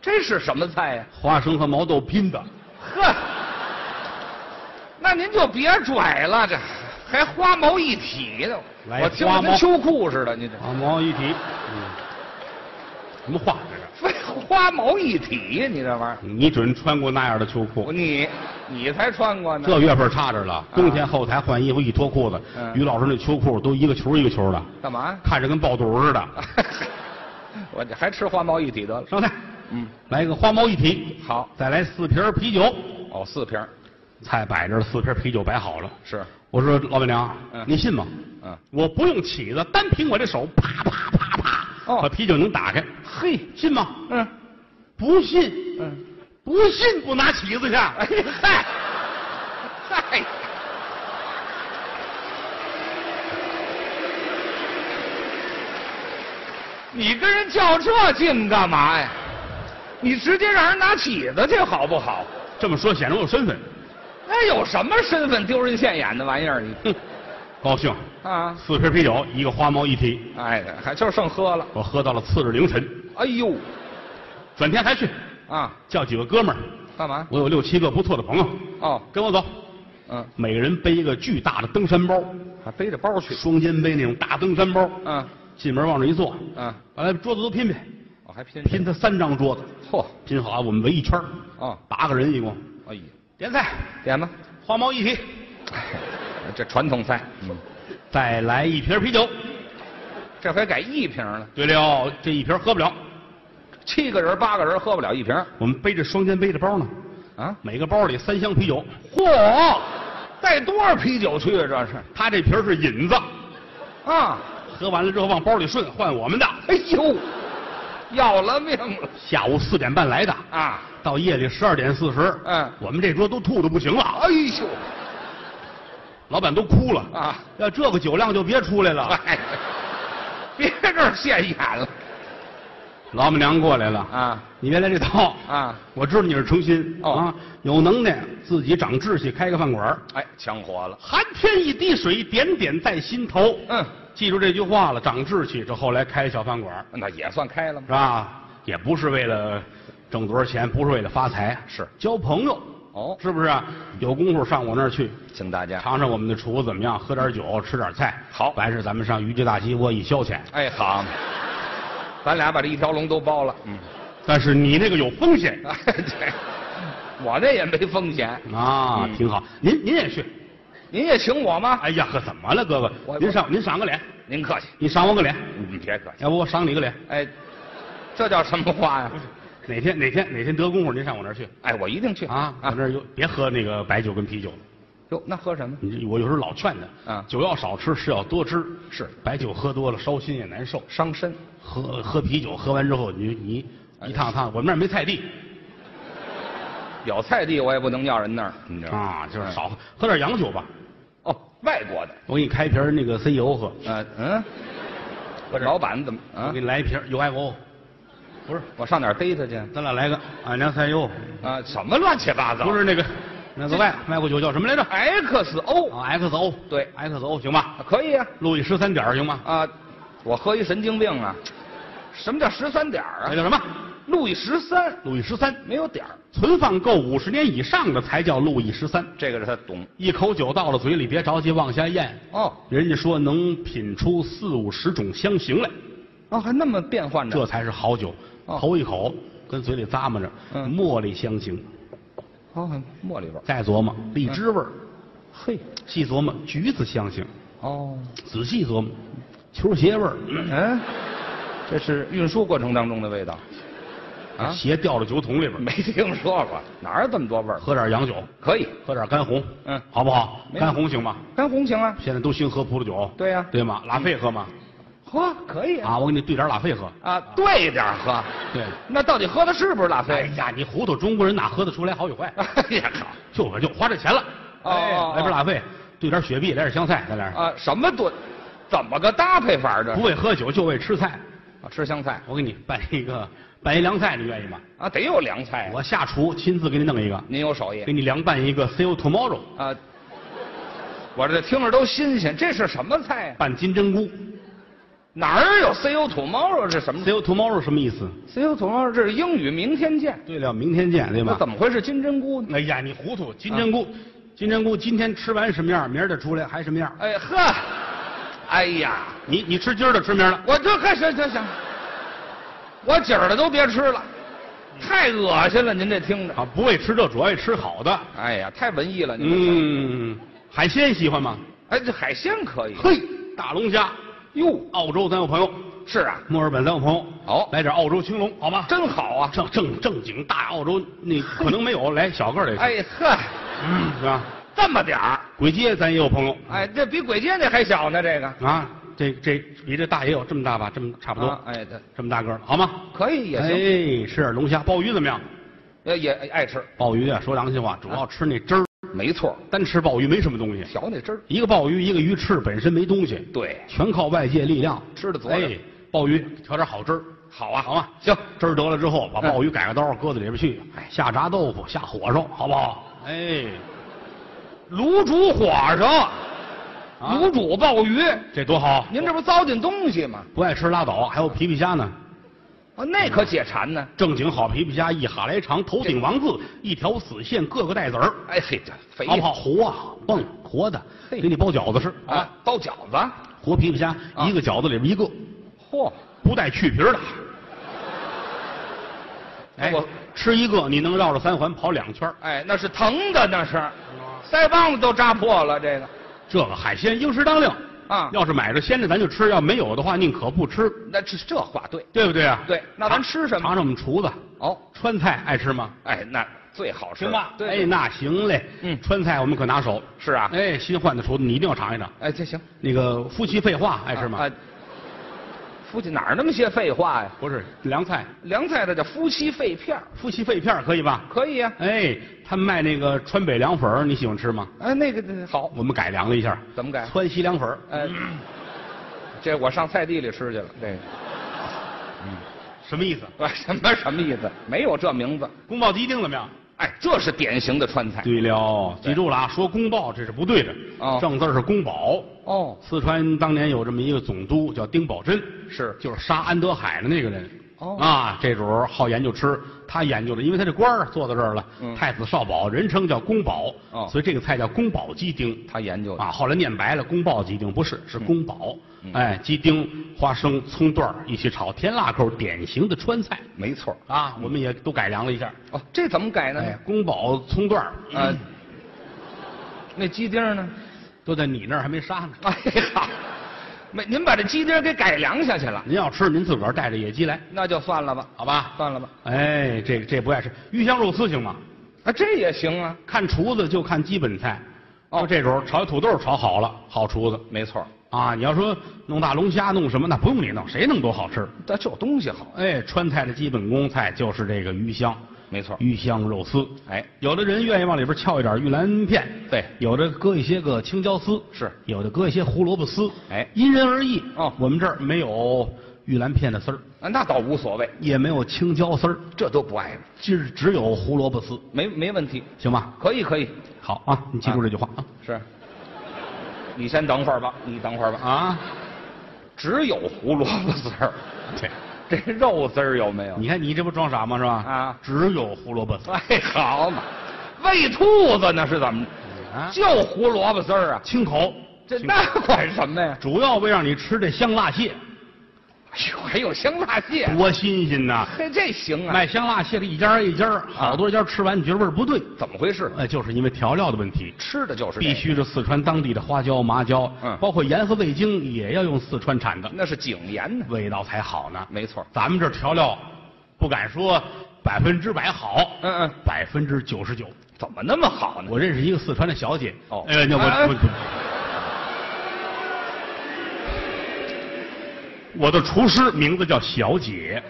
Speaker 4: 这是什么菜呀、
Speaker 3: 花生和毛豆拼的，
Speaker 4: 呵，那您就别拽了，这还花毛一体的，
Speaker 3: 来
Speaker 4: 我听着
Speaker 3: 花毛
Speaker 4: 跟秋裤似的，你这
Speaker 3: 花毛一体，嗯，什么话这是？
Speaker 4: 非花毛一体呀，你这玩意
Speaker 3: 你准穿过那样啊的秋
Speaker 4: 儿，
Speaker 3: 裤？
Speaker 4: 你你才穿过呢，
Speaker 3: 这月份差着了，冬天后台换衣服一脱裤子，
Speaker 4: 嗯
Speaker 3: 于老师那秋裤都一个球一个球的，
Speaker 4: 干嘛？
Speaker 3: 看着跟爆肚似的。
Speaker 4: 我这还吃花毛一体得了，
Speaker 3: 上菜，
Speaker 4: 嗯，
Speaker 3: 来一个花毛一体，
Speaker 4: 好，
Speaker 3: 再来四瓶啤酒。
Speaker 4: 哦，四瓶儿
Speaker 3: 菜摆着，四瓶啤酒摆好了。
Speaker 4: 是，
Speaker 3: 我说老板娘
Speaker 4: 嗯，
Speaker 3: 您信吗？
Speaker 4: 嗯，
Speaker 3: 我不用起子，单凭我这手，啪啪啪啪，
Speaker 4: 哦
Speaker 3: 把啤酒能打开，
Speaker 4: 嘿，
Speaker 3: 信吗？
Speaker 4: 嗯
Speaker 3: 不信，
Speaker 4: 嗯。
Speaker 3: 不信不拿起子
Speaker 4: 哎
Speaker 3: 去。
Speaker 4: 呀嗨，嗨，你跟人较这劲干嘛呀？你直接让人拿起子去好不好？
Speaker 3: 这么说显得我有身份，
Speaker 4: 那有什么身份丢人现眼的玩意儿？你
Speaker 3: 哼，高兴。
Speaker 4: 啊，
Speaker 3: 四瓶啤酒，一个花毛一体，
Speaker 4: 哎，还就剩喝了。
Speaker 3: 我喝到了次日凌晨。
Speaker 4: 哎呦，
Speaker 3: 转天还去，
Speaker 4: 啊，
Speaker 3: 叫几个哥们儿，
Speaker 4: 干嘛？
Speaker 3: 我有六七个不错的朋友，
Speaker 4: 哦，
Speaker 3: 跟我走。
Speaker 4: 嗯，
Speaker 3: 每个人背一个巨大的登山包，
Speaker 4: 还背着包去。
Speaker 3: 双肩背那种大登山包。
Speaker 4: 嗯
Speaker 3: 进门往这一坐，
Speaker 4: 嗯，
Speaker 3: 把桌子都拼拼，
Speaker 4: 我还拼
Speaker 3: 拼他三张桌子，
Speaker 4: 嚯，
Speaker 3: 拼好啊，我们围一圈儿
Speaker 4: 哦，
Speaker 3: 八个人一共。
Speaker 4: 哎呀，
Speaker 3: 点菜，
Speaker 4: 点吧，
Speaker 3: 花毛一体，
Speaker 4: 这传统菜。嗯，
Speaker 3: 再来一瓶啤酒。
Speaker 4: 这回改一瓶了。
Speaker 3: 对了，这一瓶喝不了，
Speaker 4: 七个人八个人喝不了一瓶
Speaker 3: 我们背着双肩背着包呢，
Speaker 4: 啊！
Speaker 3: 每个包里三箱啤酒。
Speaker 4: 嚯，带多少啤酒去啊？这是
Speaker 3: 他这瓶儿是引子，
Speaker 4: 啊！
Speaker 3: 喝完了之后往包里顺，换我们的。
Speaker 4: 哎呦，要了命了
Speaker 3: 下午四点半来的，
Speaker 4: 啊！
Speaker 3: 到夜里十二点四十，
Speaker 4: 嗯
Speaker 3: 我们这桌都吐的不行了，
Speaker 4: 哎呦
Speaker 3: 老板都哭了。
Speaker 4: 啊！
Speaker 3: 要这个酒量就别出来了。
Speaker 4: 哎，别这儿现眼了
Speaker 3: 老板娘过来了，
Speaker 4: 啊
Speaker 3: 你别来这套，
Speaker 4: 啊！
Speaker 3: 我知道你是诚心
Speaker 4: 哦
Speaker 3: 啊，有能耐自己长志气，开个饭馆儿
Speaker 4: 哎，抢火了。
Speaker 3: 寒天一滴水，点点在心头。
Speaker 4: 嗯，
Speaker 3: 记住这句话了，长志气。这后来开小饭馆儿
Speaker 4: 那也算开了吗
Speaker 3: 是？吧？也不是为了挣多少钱，不是为了发财，
Speaker 4: 是
Speaker 3: 交朋友，
Speaker 4: 哦，
Speaker 3: 是不是啊？有功夫上我那儿去，
Speaker 4: 请大家。
Speaker 3: 尝尝我们的厨怎么样，喝点酒，吃点菜。
Speaker 4: 嗯好
Speaker 3: 完事咱们上于家大鸡窝一消遣。
Speaker 4: 哎，好，咱俩把这一条龙都包了。嗯，
Speaker 3: 但是你那个有风险
Speaker 4: 哎， 对， 我这也没风险。
Speaker 3: 啊，
Speaker 4: 嗯
Speaker 3: 挺好。您您也去？
Speaker 4: 您也请我吗？
Speaker 3: 哎呀呵，怎么了，哥哥？
Speaker 4: 我
Speaker 3: 您赏您赏个脸，
Speaker 4: 您客气，
Speaker 3: 你赏我个脸，
Speaker 4: 您别客气。
Speaker 3: 要不我赏你个脸。
Speaker 4: 哎，这叫什么话 呀？
Speaker 3: 哪天哪天哪天得功夫，您上我那儿去
Speaker 4: 哎，我一定去
Speaker 3: 啊！我那儿有别喝那个白酒跟啤酒了。
Speaker 4: 哟，那喝什么？
Speaker 3: 你这我有时候老劝他，
Speaker 4: 啊
Speaker 3: 酒要少吃，吃要多吃。
Speaker 4: 是
Speaker 3: 白酒喝多了烧心也难受，
Speaker 4: 伤身。
Speaker 3: 喝喝啤酒喝完之后，你
Speaker 4: 哎
Speaker 3: 你一趟趟，我们那儿没菜地
Speaker 4: 有菜地我也不能要人那儿，你知道吗？
Speaker 3: 啊，就是
Speaker 4: 嗯
Speaker 3: 少喝喝点洋酒吧。
Speaker 4: 哦，外国的。
Speaker 3: 我给你开瓶那个 CEO 喝，
Speaker 4: 呃嗯，我老板怎么
Speaker 3: 我
Speaker 4: 啊
Speaker 3: 给？你来一瓶有爱国，不是，
Speaker 4: 我上哪儿逮他去？
Speaker 3: 咱俩来个俺娘 CEO，
Speaker 4: 啊，什么乱七八糟？
Speaker 3: 不是那个那个外外国酒叫什么来着？
Speaker 4: XO，
Speaker 3: 啊，XO
Speaker 4: 对
Speaker 3: ，XO 行吧？
Speaker 4: 可以啊
Speaker 3: 路易十三点儿行吗？
Speaker 4: 啊，我喝一神经病啊，什么叫十三点儿
Speaker 3: 那
Speaker 4: 啊？
Speaker 3: 叫什么？
Speaker 4: 路易十三
Speaker 3: 路易十三，
Speaker 4: 没有点儿，
Speaker 3: 存放够五十年以上的才叫路易十三。
Speaker 4: 这个是他懂
Speaker 3: 一口酒到了嘴里，别着急往下咽。
Speaker 4: 哦
Speaker 3: 人家说能品出四五十种香型来，
Speaker 4: 哦，还那么变换
Speaker 3: 这才是好酒。
Speaker 4: 哦
Speaker 3: 头一口跟嘴里咂摸着，
Speaker 4: 嗯
Speaker 3: 茉莉香型，
Speaker 4: 哦，茉莉味儿，
Speaker 3: 再琢磨
Speaker 4: 嗯
Speaker 3: 荔枝味儿，
Speaker 4: 嘿，
Speaker 3: 细琢磨橘子香型，
Speaker 4: 哦，
Speaker 3: 仔细琢磨球鞋味儿，
Speaker 4: 嗯，这是运输过程当中的味道，啊
Speaker 3: 鞋掉到酒桶里边 儿。
Speaker 4: 没听说过，哪有这么多味儿？
Speaker 3: 喝点洋酒，
Speaker 4: 可以，
Speaker 3: 喝点干红，
Speaker 4: 嗯
Speaker 3: 好不好？
Speaker 4: 没问题
Speaker 3: 干红行吗？
Speaker 4: 干红行啊，
Speaker 3: 现在都兴喝葡萄酒，
Speaker 4: 对呀
Speaker 3: 对吗？拉菲喝吗？
Speaker 4: 喝可以啊，
Speaker 3: 啊，我给你兑点拉菲喝。
Speaker 4: 啊，对点儿喝，
Speaker 3: 对，
Speaker 4: 那到底喝的是不是拉
Speaker 3: 哎
Speaker 4: 菲？
Speaker 3: 呀，你糊涂中国人哪喝得出 来好与坏？
Speaker 4: 哎呀靠！
Speaker 3: 就我就花这钱了，哎
Speaker 4: 哦哦哦
Speaker 3: 来瓶拉菲，兑点雪碧，来点香菜，咱俩
Speaker 4: 啊，什么炖？怎么个搭配法儿这
Speaker 3: 不
Speaker 4: 是？
Speaker 3: 为喝酒，就为吃菜。
Speaker 4: 啊吃香菜
Speaker 3: 我给你拌一个 拌一凉菜，你愿意吗？
Speaker 4: 啊，得有凉菜啊。
Speaker 3: 我下厨亲自给你弄一个，
Speaker 4: 您有手艺
Speaker 3: 给你凉拌一个 see you tomorrow，
Speaker 4: 啊？我这听着都新鲜，这是什么菜呀、
Speaker 3: 拌金针菇。
Speaker 4: 哪儿有 C O 土猫啊肉？这什么
Speaker 3: see you tomorrow 什么意思？
Speaker 4: C O 土猫肉？这是英语，明天见。
Speaker 3: 对了，明天见，对
Speaker 4: 那
Speaker 3: 吧？
Speaker 4: 怎么会是金针菇呢？
Speaker 3: 哎呀，你糊涂，金针
Speaker 4: 啊
Speaker 3: 菇，金针菇今天吃完什么样，明儿再出来还什么样？
Speaker 4: 哎呵，哎呀，
Speaker 3: 你你吃今儿的吃明儿了，
Speaker 4: 我这可行行行，我今儿的都别吃了，
Speaker 3: 嗯
Speaker 4: 太恶心了，您这听着。
Speaker 3: 啊，不为吃这，主要为吃好的。
Speaker 4: 哎呀，太文艺了，您这。
Speaker 3: 嗯，海鲜喜欢吗？
Speaker 4: 哎，这海鲜可以。
Speaker 3: 嘿，大龙虾，
Speaker 4: 哟，
Speaker 3: 澳洲咱有朋友，
Speaker 4: 是啊，
Speaker 3: 墨尔本咱有朋友，
Speaker 4: 好
Speaker 3: 来点澳洲青龙好吗？
Speaker 4: 真好啊。
Speaker 3: 正正正经大澳洲那可能没有，来小个儿的，
Speaker 4: 哎呵，
Speaker 3: 嗯，是吧？
Speaker 4: 这么点儿，
Speaker 3: 鬼街咱也有朋友
Speaker 4: 哎，这比鬼街那还小呢，这个。
Speaker 3: 啊，这这比这大也有这么大吧，这么差不多
Speaker 4: 啊，哎，对，
Speaker 3: 这么大个儿好吗？
Speaker 4: 可以也行，
Speaker 3: 哎，吃点龙虾、鲍鱼怎么样？
Speaker 4: 也也哎爱吃，
Speaker 3: 鲍鱼啊，说良心话，主要吃那汁儿，
Speaker 4: 没错，
Speaker 3: 单吃鲍鱼没什么东西。
Speaker 4: 调那汁儿。
Speaker 3: 一个鲍鱼，一个鱼翅本身没东西，
Speaker 4: 对，
Speaker 3: 全靠外界力量。
Speaker 4: 吃得足了
Speaker 3: 哎，鲍鱼调点好汁儿，好啊，好啊。
Speaker 4: 行，
Speaker 3: 汁儿得了之后，把鲍鱼改个刀，搁到里边去，哎下炸豆腐，下火烧，好不好？哎，
Speaker 4: 卤煮火烧，
Speaker 3: 啊
Speaker 4: 卤煮鲍鱼，
Speaker 3: 这多好！
Speaker 4: 您这不糟践东西吗？
Speaker 3: 不爱吃拉倒，还有皮皮虾呢，
Speaker 4: 啊，那可解馋呢。
Speaker 3: 正经好皮皮虾，一哈来长，头顶王字，一条死线，个个带籽儿，
Speaker 4: 哎嘿，这肥
Speaker 3: 好不好？活啊，蹦活的，
Speaker 4: 嘿
Speaker 3: 给你包饺子吃
Speaker 4: 啊！，包饺子，
Speaker 3: 活皮皮虾，一个饺子里边一个，
Speaker 4: 嚯，
Speaker 3: 不带去皮 儿的。哎，
Speaker 4: 我
Speaker 3: 吃一个，你能绕着三环跑两圈儿
Speaker 4: 哎，那是疼的，那是，腮帮子都扎破了，这个
Speaker 3: 这个海鲜应时当令
Speaker 4: 啊
Speaker 3: 要是买着鲜着咱就吃，要没有的话宁可不吃，
Speaker 4: 那这这话对
Speaker 3: 对不对啊？
Speaker 4: 对。那咱吃什
Speaker 3: 尝
Speaker 4: 么？
Speaker 3: 尝我们厨子
Speaker 4: 哦，
Speaker 3: 川菜爱吃吗？
Speaker 4: 哎，那最好吃
Speaker 3: 行吧，
Speaker 4: 对，
Speaker 3: 哎，那行嘞，
Speaker 4: 嗯
Speaker 3: 川菜我们可拿手。
Speaker 4: 是啊，
Speaker 3: 哎，新换的厨子你一定要尝一尝。
Speaker 4: 哎，这行，
Speaker 3: 那个夫妻肺话爱吃哎吗？
Speaker 4: 啊，夫妻哪儿那么些废话呀？
Speaker 3: 不是凉菜，
Speaker 4: 凉菜的叫夫妻肺片儿
Speaker 3: 夫妻肺片儿可以吧？
Speaker 4: 可以呀、啊
Speaker 3: 哎，他们卖那个川北凉粉儿你喜欢吃吗？
Speaker 4: 哎，那个呃好，
Speaker 3: 我们改良了一下，
Speaker 4: 怎么改
Speaker 3: 川西凉粉儿
Speaker 4: 哎，这我上菜地里吃去了。这
Speaker 3: 什么意思？
Speaker 4: 个 什么什么意思？没有这名字。
Speaker 3: 宫保鸡丁怎么样？
Speaker 4: 哎，这是典型的川菜。
Speaker 3: 对了，记住了啊，说宫爆这是不对的，
Speaker 4: 哎哦
Speaker 3: 正字儿是宫保。
Speaker 4: 哦，
Speaker 3: 四川当年有这么一个总督叫丁宝桢，
Speaker 4: 是
Speaker 3: 就是杀安德海的那个人。
Speaker 4: 哦
Speaker 3: 啊，这主儿好研究吃，他研究的，因为他这官儿坐到这儿了，
Speaker 4: 嗯
Speaker 3: 太子少保，人称叫宫保，
Speaker 4: 哦
Speaker 3: 所以这个菜叫宫保鸡丁。
Speaker 4: 他研究的。
Speaker 3: 啊，后来念白了，宫爆鸡丁不是，是宫保。
Speaker 4: 嗯
Speaker 3: 哎，鸡丁、花生、葱段儿一起炒，甜辣口，典型的川菜
Speaker 4: 没错儿。
Speaker 3: 啊。我们也都改良了一下，
Speaker 4: 哦，这怎么改呢？
Speaker 3: 哎，宫保葱段儿
Speaker 4: 啊，那鸡丁呢？
Speaker 3: 都在你那儿还没杀呢。
Speaker 4: 哎呀，没，您把这鸡丁给改良下去了，
Speaker 3: 您要吃，您自个儿带着野鸡来，
Speaker 4: 那就算了吧，
Speaker 3: 好吧？
Speaker 4: 算了吧。
Speaker 3: 哎，这这不爱吃鱼香肉丝行吗？
Speaker 4: 啊，这也行啊。
Speaker 3: 看厨子就看基本菜。
Speaker 4: 哦
Speaker 3: 就这时候炒土豆炒好了，好厨子
Speaker 4: 没错儿，
Speaker 3: 啊！你要说弄大龙虾弄什么，那不用你弄，谁弄都好吃。
Speaker 4: 但这东西好。
Speaker 3: 哎，川菜的基本功菜就是这个鱼香，
Speaker 4: 没错儿。
Speaker 3: 鱼香肉丝。
Speaker 4: 哎，
Speaker 3: 有的人愿意往里边翘一点玉兰片，
Speaker 4: 对
Speaker 3: 有的搁一些个青椒丝，
Speaker 4: 是
Speaker 3: 有的搁一些胡萝卜丝，
Speaker 4: 哎
Speaker 3: 因人而异。
Speaker 4: 哦
Speaker 3: 我们这儿没有玉兰片的丝儿，
Speaker 4: 啊，那倒无所谓，
Speaker 3: 也没有青椒丝儿，
Speaker 4: 这都不碍着，
Speaker 3: 今儿只有胡萝卜丝，
Speaker 4: 没没问题，
Speaker 3: 行吧？
Speaker 4: 可以可以，
Speaker 3: 好啊，你记住这句话啊。
Speaker 4: 是。你啊先等会儿吧，你等会儿吧啊，
Speaker 3: 啊，
Speaker 4: 只有胡萝卜丝儿，
Speaker 3: 对，
Speaker 4: 这肉丝儿有没有？
Speaker 3: 你看你这不装傻吗？是吧？
Speaker 4: 啊
Speaker 3: 只有胡萝卜丝儿
Speaker 4: 哎，好嘛，喂兔子呢是怎么着？
Speaker 3: 啊，
Speaker 4: 就胡萝卜丝儿啊，
Speaker 3: 清口。
Speaker 4: 这
Speaker 3: 清口
Speaker 4: 那管什么呀？
Speaker 3: 主要为让你吃这香辣蟹，
Speaker 4: 哎呦， 还有香辣蟹，
Speaker 3: 多新鲜呐！
Speaker 4: 嘿，这行啊？
Speaker 3: 卖香辣蟹的一家一家，好多家吃完你觉得味儿不对，
Speaker 4: 怎么回事？
Speaker 3: 哎，就是因为调料的问题，
Speaker 4: 吃的就是这
Speaker 3: 必
Speaker 4: 个，
Speaker 3: 须是四川当地的花椒、麻椒，
Speaker 4: 嗯
Speaker 3: 包括盐和味精也要用四川产的，
Speaker 4: 那是井盐呢。
Speaker 3: 味道才好呢。
Speaker 4: 没错
Speaker 3: 咱们这调料不敢说百分之百好，
Speaker 4: 嗯嗯，
Speaker 3: 百分之九十九。
Speaker 4: 怎么那么好呢？
Speaker 3: 我认识一个四川的小姐，
Speaker 4: 哦
Speaker 3: 哎，那我
Speaker 4: 哎
Speaker 3: 我我的厨师名字叫小姐，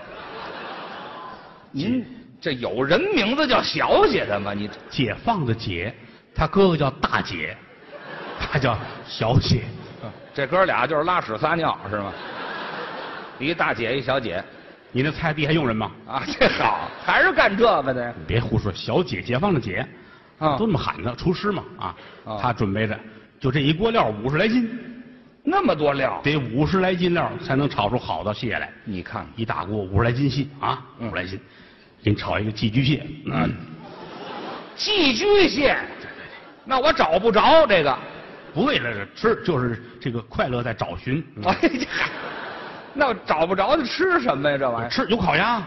Speaker 4: 您
Speaker 3: 嗯
Speaker 4: 这有人名字叫小姐的吗？你这
Speaker 3: 解放的解，她哥哥叫大姐，她叫小姐。
Speaker 4: 这哥俩就是拉屎撒尿是吗？一大姐一小姐
Speaker 3: 你那菜地还用人吗？
Speaker 4: 啊，这好，还是干这个的呀？
Speaker 3: 你别胡说，小姐解放的解，
Speaker 4: 啊
Speaker 3: 都那么喊她，厨师嘛啊，
Speaker 4: 啊
Speaker 3: 她准备着就这一锅料五十来斤，
Speaker 4: 那么多料，
Speaker 3: 得五十来斤料才能炒出好的蟹来。
Speaker 4: 你看看
Speaker 3: 一大锅五十来斤蟹啊，五
Speaker 4: 嗯
Speaker 3: 十来斤，给你炒一个寄居蟹。嗯，
Speaker 4: 寄居蟹，那我找不着这个。
Speaker 3: 不为了吃，就是这个快乐在找寻。嗯
Speaker 4: 哎呀，那我找不着就吃什么呀？这玩意儿
Speaker 3: 吃有烤鸭，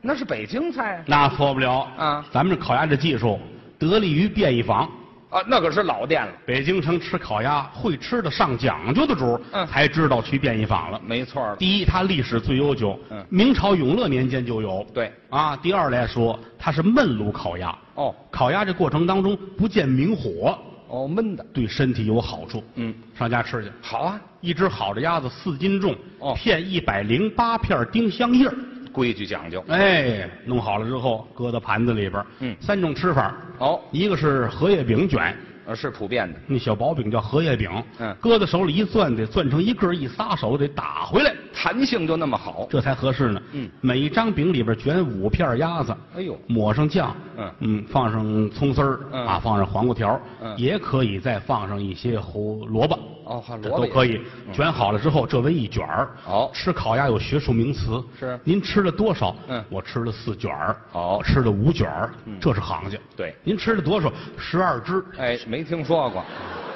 Speaker 4: 那是北京菜啊
Speaker 3: 那错不了
Speaker 4: 啊
Speaker 3: 咱们这烤鸭这技术得力于便宜坊，
Speaker 4: 啊，那可是老店了，
Speaker 3: 北京城吃烤鸭会吃的上讲究的主儿，
Speaker 4: 嗯
Speaker 3: 才知道去便宜坊了。
Speaker 4: 没错了。
Speaker 3: 第一，它历史最悠久，
Speaker 4: 嗯
Speaker 3: 明朝永乐年间就有。
Speaker 4: 对
Speaker 3: 啊，第二来说，它是焖炉烤鸭，
Speaker 4: 哦
Speaker 3: 烤鸭这过程当中不见明火，
Speaker 4: 哦，焖的，
Speaker 3: 对身体有好处。
Speaker 4: 嗯，
Speaker 3: 上家吃去，
Speaker 4: 好啊，
Speaker 3: 一只好的鸭子四斤重，
Speaker 4: 哦
Speaker 3: 片一百零八片丁香叶儿，
Speaker 4: 规矩讲究。
Speaker 3: 哎，弄好了之后搁到盘子里边儿，
Speaker 4: 嗯
Speaker 3: 三种吃法儿，
Speaker 4: 哦，
Speaker 3: 一个是荷叶饼卷，
Speaker 4: 呃是普遍的。
Speaker 3: 那小薄饼叫荷叶饼，
Speaker 4: 嗯
Speaker 3: 搁到手里一攥，得攥成一个儿，一撒手得打回来，
Speaker 4: 弹性就那么好。
Speaker 3: 这才合适呢。
Speaker 4: 嗯，
Speaker 3: 每一张饼里边卷五片鸭子，
Speaker 4: 哎呦
Speaker 3: 抹上酱，
Speaker 4: 嗯
Speaker 3: 放上葱丝儿，
Speaker 4: 嗯
Speaker 3: 啊，放上黄瓜条儿，
Speaker 4: 嗯
Speaker 3: 也可以再放上一些胡萝卜。
Speaker 4: 哦好
Speaker 3: 这
Speaker 4: 萝卜
Speaker 3: 都
Speaker 4: 也
Speaker 3: 可以
Speaker 4: 行。嗯
Speaker 3: 卷好了之后，这为一卷儿。
Speaker 4: 好
Speaker 3: 吃烤鸭有学术名词。
Speaker 4: 是
Speaker 3: 您吃了多少？
Speaker 4: 嗯
Speaker 3: 我吃了四卷儿。
Speaker 4: 好嗯
Speaker 3: 我吃了五卷儿，这是行家。
Speaker 4: 对
Speaker 3: 您吃了多少？十二只。
Speaker 4: 哎，没听说过，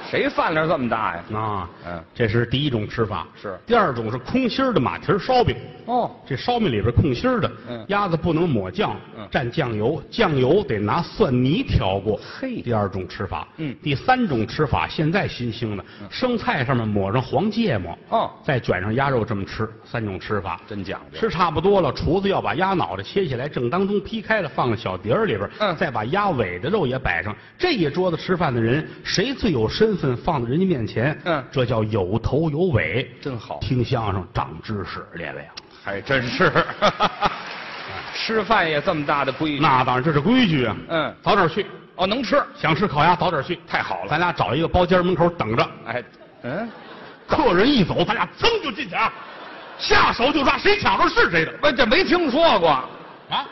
Speaker 4: 谁饭量这么大呀？
Speaker 3: 啊，
Speaker 4: 嗯
Speaker 3: 这是第一种吃法。
Speaker 4: 是
Speaker 3: 第二种是空心儿的马蹄儿烧饼。
Speaker 4: 哦，
Speaker 3: 这烧饼里边空心儿的，
Speaker 4: 嗯
Speaker 3: 鸭子不能抹酱，
Speaker 4: 嗯
Speaker 3: 蘸酱油，酱油得拿蒜泥调过。
Speaker 4: 嘿
Speaker 3: 第二种吃法，
Speaker 4: 嗯
Speaker 3: 第三种吃法现在新兴的，生菜上面抹上黄芥末，
Speaker 4: 哦
Speaker 3: 再卷上鸭肉这么吃，三种吃法。
Speaker 4: 真讲究。
Speaker 3: 吃差不多了，厨子要把鸭脑袋切下来，正当中劈开了，放到小碟儿里边，
Speaker 4: 嗯
Speaker 3: 再把鸭尾的肉也摆上。这一桌子吃饭的人，谁最有身份，放在人家面前，
Speaker 4: 嗯
Speaker 3: 这叫有头有尾，
Speaker 4: 真好
Speaker 3: 听相声长知识，列位啊，
Speaker 4: 还真 是，吃饭也这么大的规矩。
Speaker 3: 那当然这是规矩啊。
Speaker 4: 嗯
Speaker 3: 早点去，
Speaker 4: 哦，能吃，
Speaker 3: 想吃烤鸭早点去，
Speaker 4: 太好了
Speaker 3: 咱俩找一个包间门口等着，
Speaker 4: 哎，嗯，
Speaker 3: 客人一走，咱俩噌就进去啊，下手就抓，谁抢着是谁的
Speaker 4: 我这没听说过，
Speaker 3: 啊？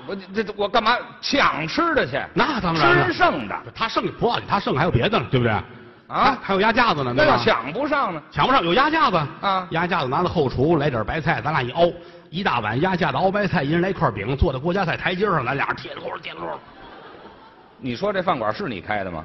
Speaker 4: 我这这我干嘛抢吃的去？
Speaker 3: 那当然了
Speaker 4: 吃剩的
Speaker 3: 他剩不要紧，他剩还有别的呢，对不对？还还有鸭架子呢，
Speaker 4: 啊那
Speaker 3: 对吧
Speaker 4: 要抢不上呢？
Speaker 3: 抢不上，有鸭架子
Speaker 4: 啊
Speaker 3: 鸭架子拿到后厨来点白菜，咱俩一熬，一大碗鸭架子熬白菜，一人来一块饼，坐在锅夹菜台阶上，咱俩铁锅铁锅，
Speaker 4: 你说这饭馆是你开的吗？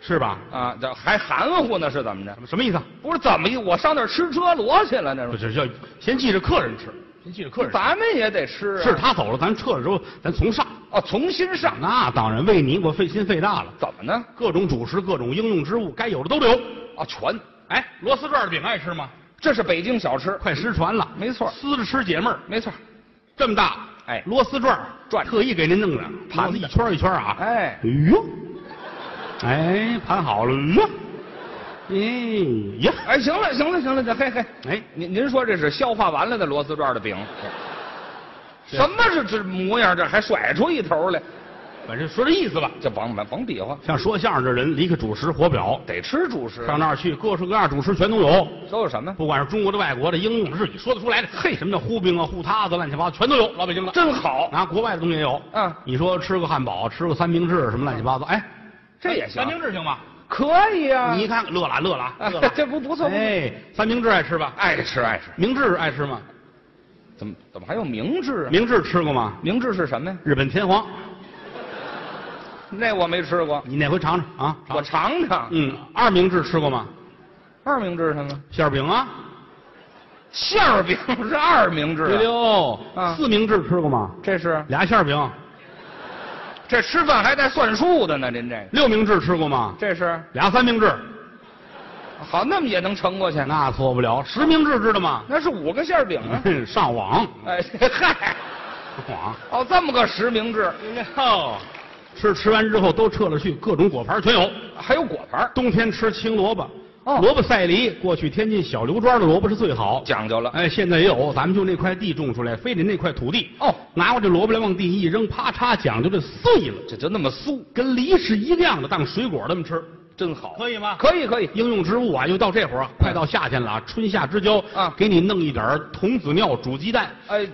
Speaker 3: 是吧？
Speaker 4: 啊，这还含糊呢，是怎么着
Speaker 3: 什？么什么意思啊？
Speaker 4: 不是怎么一，我上那儿吃车螺去了，那
Speaker 3: 不
Speaker 4: 是
Speaker 3: 是，要先记着客人吃，先记着客人吃。
Speaker 4: 咱们也得吃啊。
Speaker 3: 是他走了，咱撤了之后，咱从上。
Speaker 4: 哦，从心上，
Speaker 3: 那当然，为你我费心费大了，
Speaker 4: 怎么呢？
Speaker 3: 各种主食、各种应用之物，该有的都得有。
Speaker 4: 啊，全，
Speaker 3: 哎，螺丝转的饼爱吃吗？
Speaker 4: 这是北京小吃，
Speaker 3: 快失传了，
Speaker 4: 没错
Speaker 3: 撕着吃解闷儿。
Speaker 4: 没错。
Speaker 3: 这么大，
Speaker 4: 哎
Speaker 3: 螺丝转儿
Speaker 4: 转着
Speaker 3: 特意给您弄的，盘
Speaker 4: 盘
Speaker 3: 子
Speaker 4: 的
Speaker 3: 一圈儿一圈儿啊，
Speaker 4: 哎
Speaker 3: 哟，哎，盘好了哟，哎呀，
Speaker 4: 哎，行了，行了，行了，这嘿嘿，
Speaker 3: 哎，
Speaker 4: 您您说这是消化完了的螺丝转的饼？
Speaker 3: 是
Speaker 4: 什么是这模样？这还甩出一头来？
Speaker 3: 反正说这意思吧。
Speaker 4: 这甭甭甭比划，
Speaker 3: 像说相声这人，离开主食活表，
Speaker 4: 得吃主食。
Speaker 3: 上那儿去，各式各样主食全都有，
Speaker 4: 都有什么？
Speaker 3: 不管是中国的、外国的、应用的，是你说得出来的。嘿，什么叫糊饼啊、糊塌子、乱七八糟，全都有，老北京的。
Speaker 4: 真好，
Speaker 3: 拿国外的东西也有，
Speaker 4: 嗯
Speaker 3: 你说吃个汉堡，吃个三明治，什么乱七八糟，哎，
Speaker 4: 这也行
Speaker 3: 三，明治行吗？
Speaker 4: 可以啊。 哎
Speaker 3: 你看看乐了乐了乐了
Speaker 4: 嗯，
Speaker 3: 哎
Speaker 4: 这不不错不错
Speaker 3: 哎，三明治爱吃吧？
Speaker 4: 爱吃爱吃，
Speaker 3: 明治爱吃吗？
Speaker 4: 怎么怎么还有明治啊？
Speaker 3: 明治吃过吗？
Speaker 4: 明治是什么呀？
Speaker 3: 日本天皇，
Speaker 4: 那我没吃过，
Speaker 3: 你哪回尝尝啊？尝
Speaker 4: 我尝尝。
Speaker 3: 嗯，二明治吃过吗？
Speaker 4: 二明治是什么？
Speaker 3: 馅儿饼啊，
Speaker 4: 馅儿饼是二明治
Speaker 3: 对
Speaker 4: 啊、
Speaker 3: 溜
Speaker 4: 啊。
Speaker 3: 四明治吃过吗？
Speaker 4: 这是
Speaker 3: 俩馅儿饼。
Speaker 4: 这吃饭还带算数的呢，您这个
Speaker 3: 六明治吃过吗？
Speaker 4: 这是
Speaker 3: 俩三明治，
Speaker 4: 好，那么也能撑过去？那
Speaker 3: 那错不了。十明治知道吗？
Speaker 4: 那是五个馅儿饼 啊！
Speaker 3: 上网，
Speaker 4: 哎嗨，
Speaker 3: 上网。
Speaker 4: 哦，这么个实名制，
Speaker 3: 哦，吃吃完之后都撤了去，各种果盘全有。
Speaker 4: 还有果盘儿，
Speaker 3: 冬天吃青萝卜，
Speaker 4: 哦
Speaker 3: 萝卜赛梨，过去天津小刘庄的萝卜是最好。
Speaker 4: 讲究了。
Speaker 3: 哎，现在也有，咱们就那块地种出来，非得那块土地。
Speaker 4: 哦，
Speaker 3: 拿过这萝卜来往地一扔，啪嚓，讲究这碎了，
Speaker 4: 这就那么酥，
Speaker 3: 跟梨是一样的，当水果那么吃，
Speaker 4: 真好。
Speaker 3: 可以吗？
Speaker 4: 可以可以，
Speaker 3: 应用植物啊，又到这会儿啊，快到夏天了啊，春夏之交
Speaker 4: 啊
Speaker 3: 给你弄一点儿童子尿煮鸡蛋。
Speaker 4: 哎，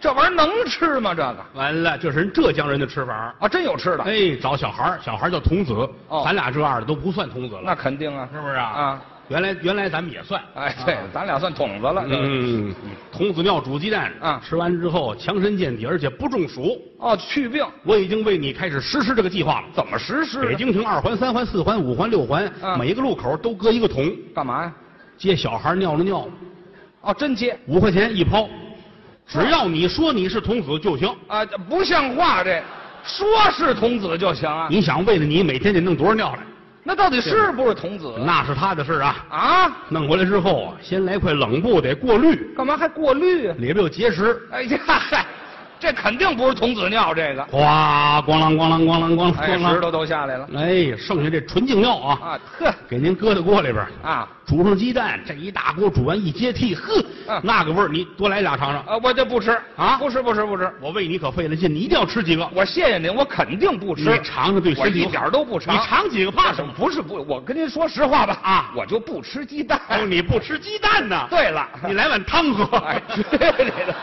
Speaker 4: 这玩意儿能吃吗？这个
Speaker 3: 完了，这是人浙江人的吃法儿。
Speaker 4: 啊，真有吃的，
Speaker 3: 哎，找小孩儿小孩儿叫童子，
Speaker 4: 哦
Speaker 3: 咱俩这样的都不算童子了，
Speaker 4: 那肯定啊，
Speaker 3: 是不是啊？
Speaker 4: 啊，
Speaker 3: 原来原来咱们也算，
Speaker 4: 哎，对，咱俩算筒子了。这个
Speaker 3: 啊嗯，童子尿煮鸡蛋，
Speaker 4: 啊
Speaker 3: 吃完之后强身健体，而且不中暑。
Speaker 4: 哦，去病
Speaker 3: 我已经为你开始实施这个计划了。
Speaker 4: 怎么实施的？
Speaker 3: 北京城二环、三环、四环、五环、六环，
Speaker 4: 啊
Speaker 3: 每个路口都搁一个桶，
Speaker 4: 干嘛呀？
Speaker 3: 接小孩尿了尿，
Speaker 4: 哦，真接
Speaker 3: 五块钱一抛，只要你说你是童子就行。
Speaker 4: 啊，这不像话这，说是童子就行啊。
Speaker 3: 你想为了你每天得弄多少尿来？
Speaker 4: 那到底是不是童子？
Speaker 3: 那是他的事儿啊。
Speaker 4: 啊，
Speaker 3: 弄回来之后啊，先来块冷布，得过滤，
Speaker 4: 干嘛还过滤啊？
Speaker 3: 里边有结石，
Speaker 4: 哎呀，嗨，这肯定不是童子尿，这 个，
Speaker 3: 哗，咣啷咣啷咣啷咣啷
Speaker 4: 哎，
Speaker 3: 咣
Speaker 4: 石
Speaker 3: 啷，
Speaker 4: 头都下来了
Speaker 3: 哎，剩下这纯净尿啊，
Speaker 4: 啊，呵
Speaker 3: 给您搁到锅里边，
Speaker 4: 啊
Speaker 3: 煮上鸡蛋，这一大锅煮完一接屉，呵
Speaker 4: 嗯，
Speaker 3: 那个味儿，你多来俩尝尝。
Speaker 4: 啊，我这不吃
Speaker 3: 啊
Speaker 4: 不吃不吃不吃，
Speaker 3: 我为你可费了劲，你一定要吃几个，
Speaker 4: 我谢谢您，我肯定不
Speaker 3: 你
Speaker 4: 吃，
Speaker 3: 尝尝对
Speaker 4: 我
Speaker 3: 身体
Speaker 4: 一点儿都不
Speaker 3: 尝，你尝几个怕什么？
Speaker 4: 不是不，我跟您说实话吧
Speaker 3: 啊哎
Speaker 4: 我就不吃鸡蛋。
Speaker 3: 哦，你不吃鸡蛋呢？
Speaker 4: 对了，
Speaker 3: 你来碗汤喝。
Speaker 4: 哎，对了，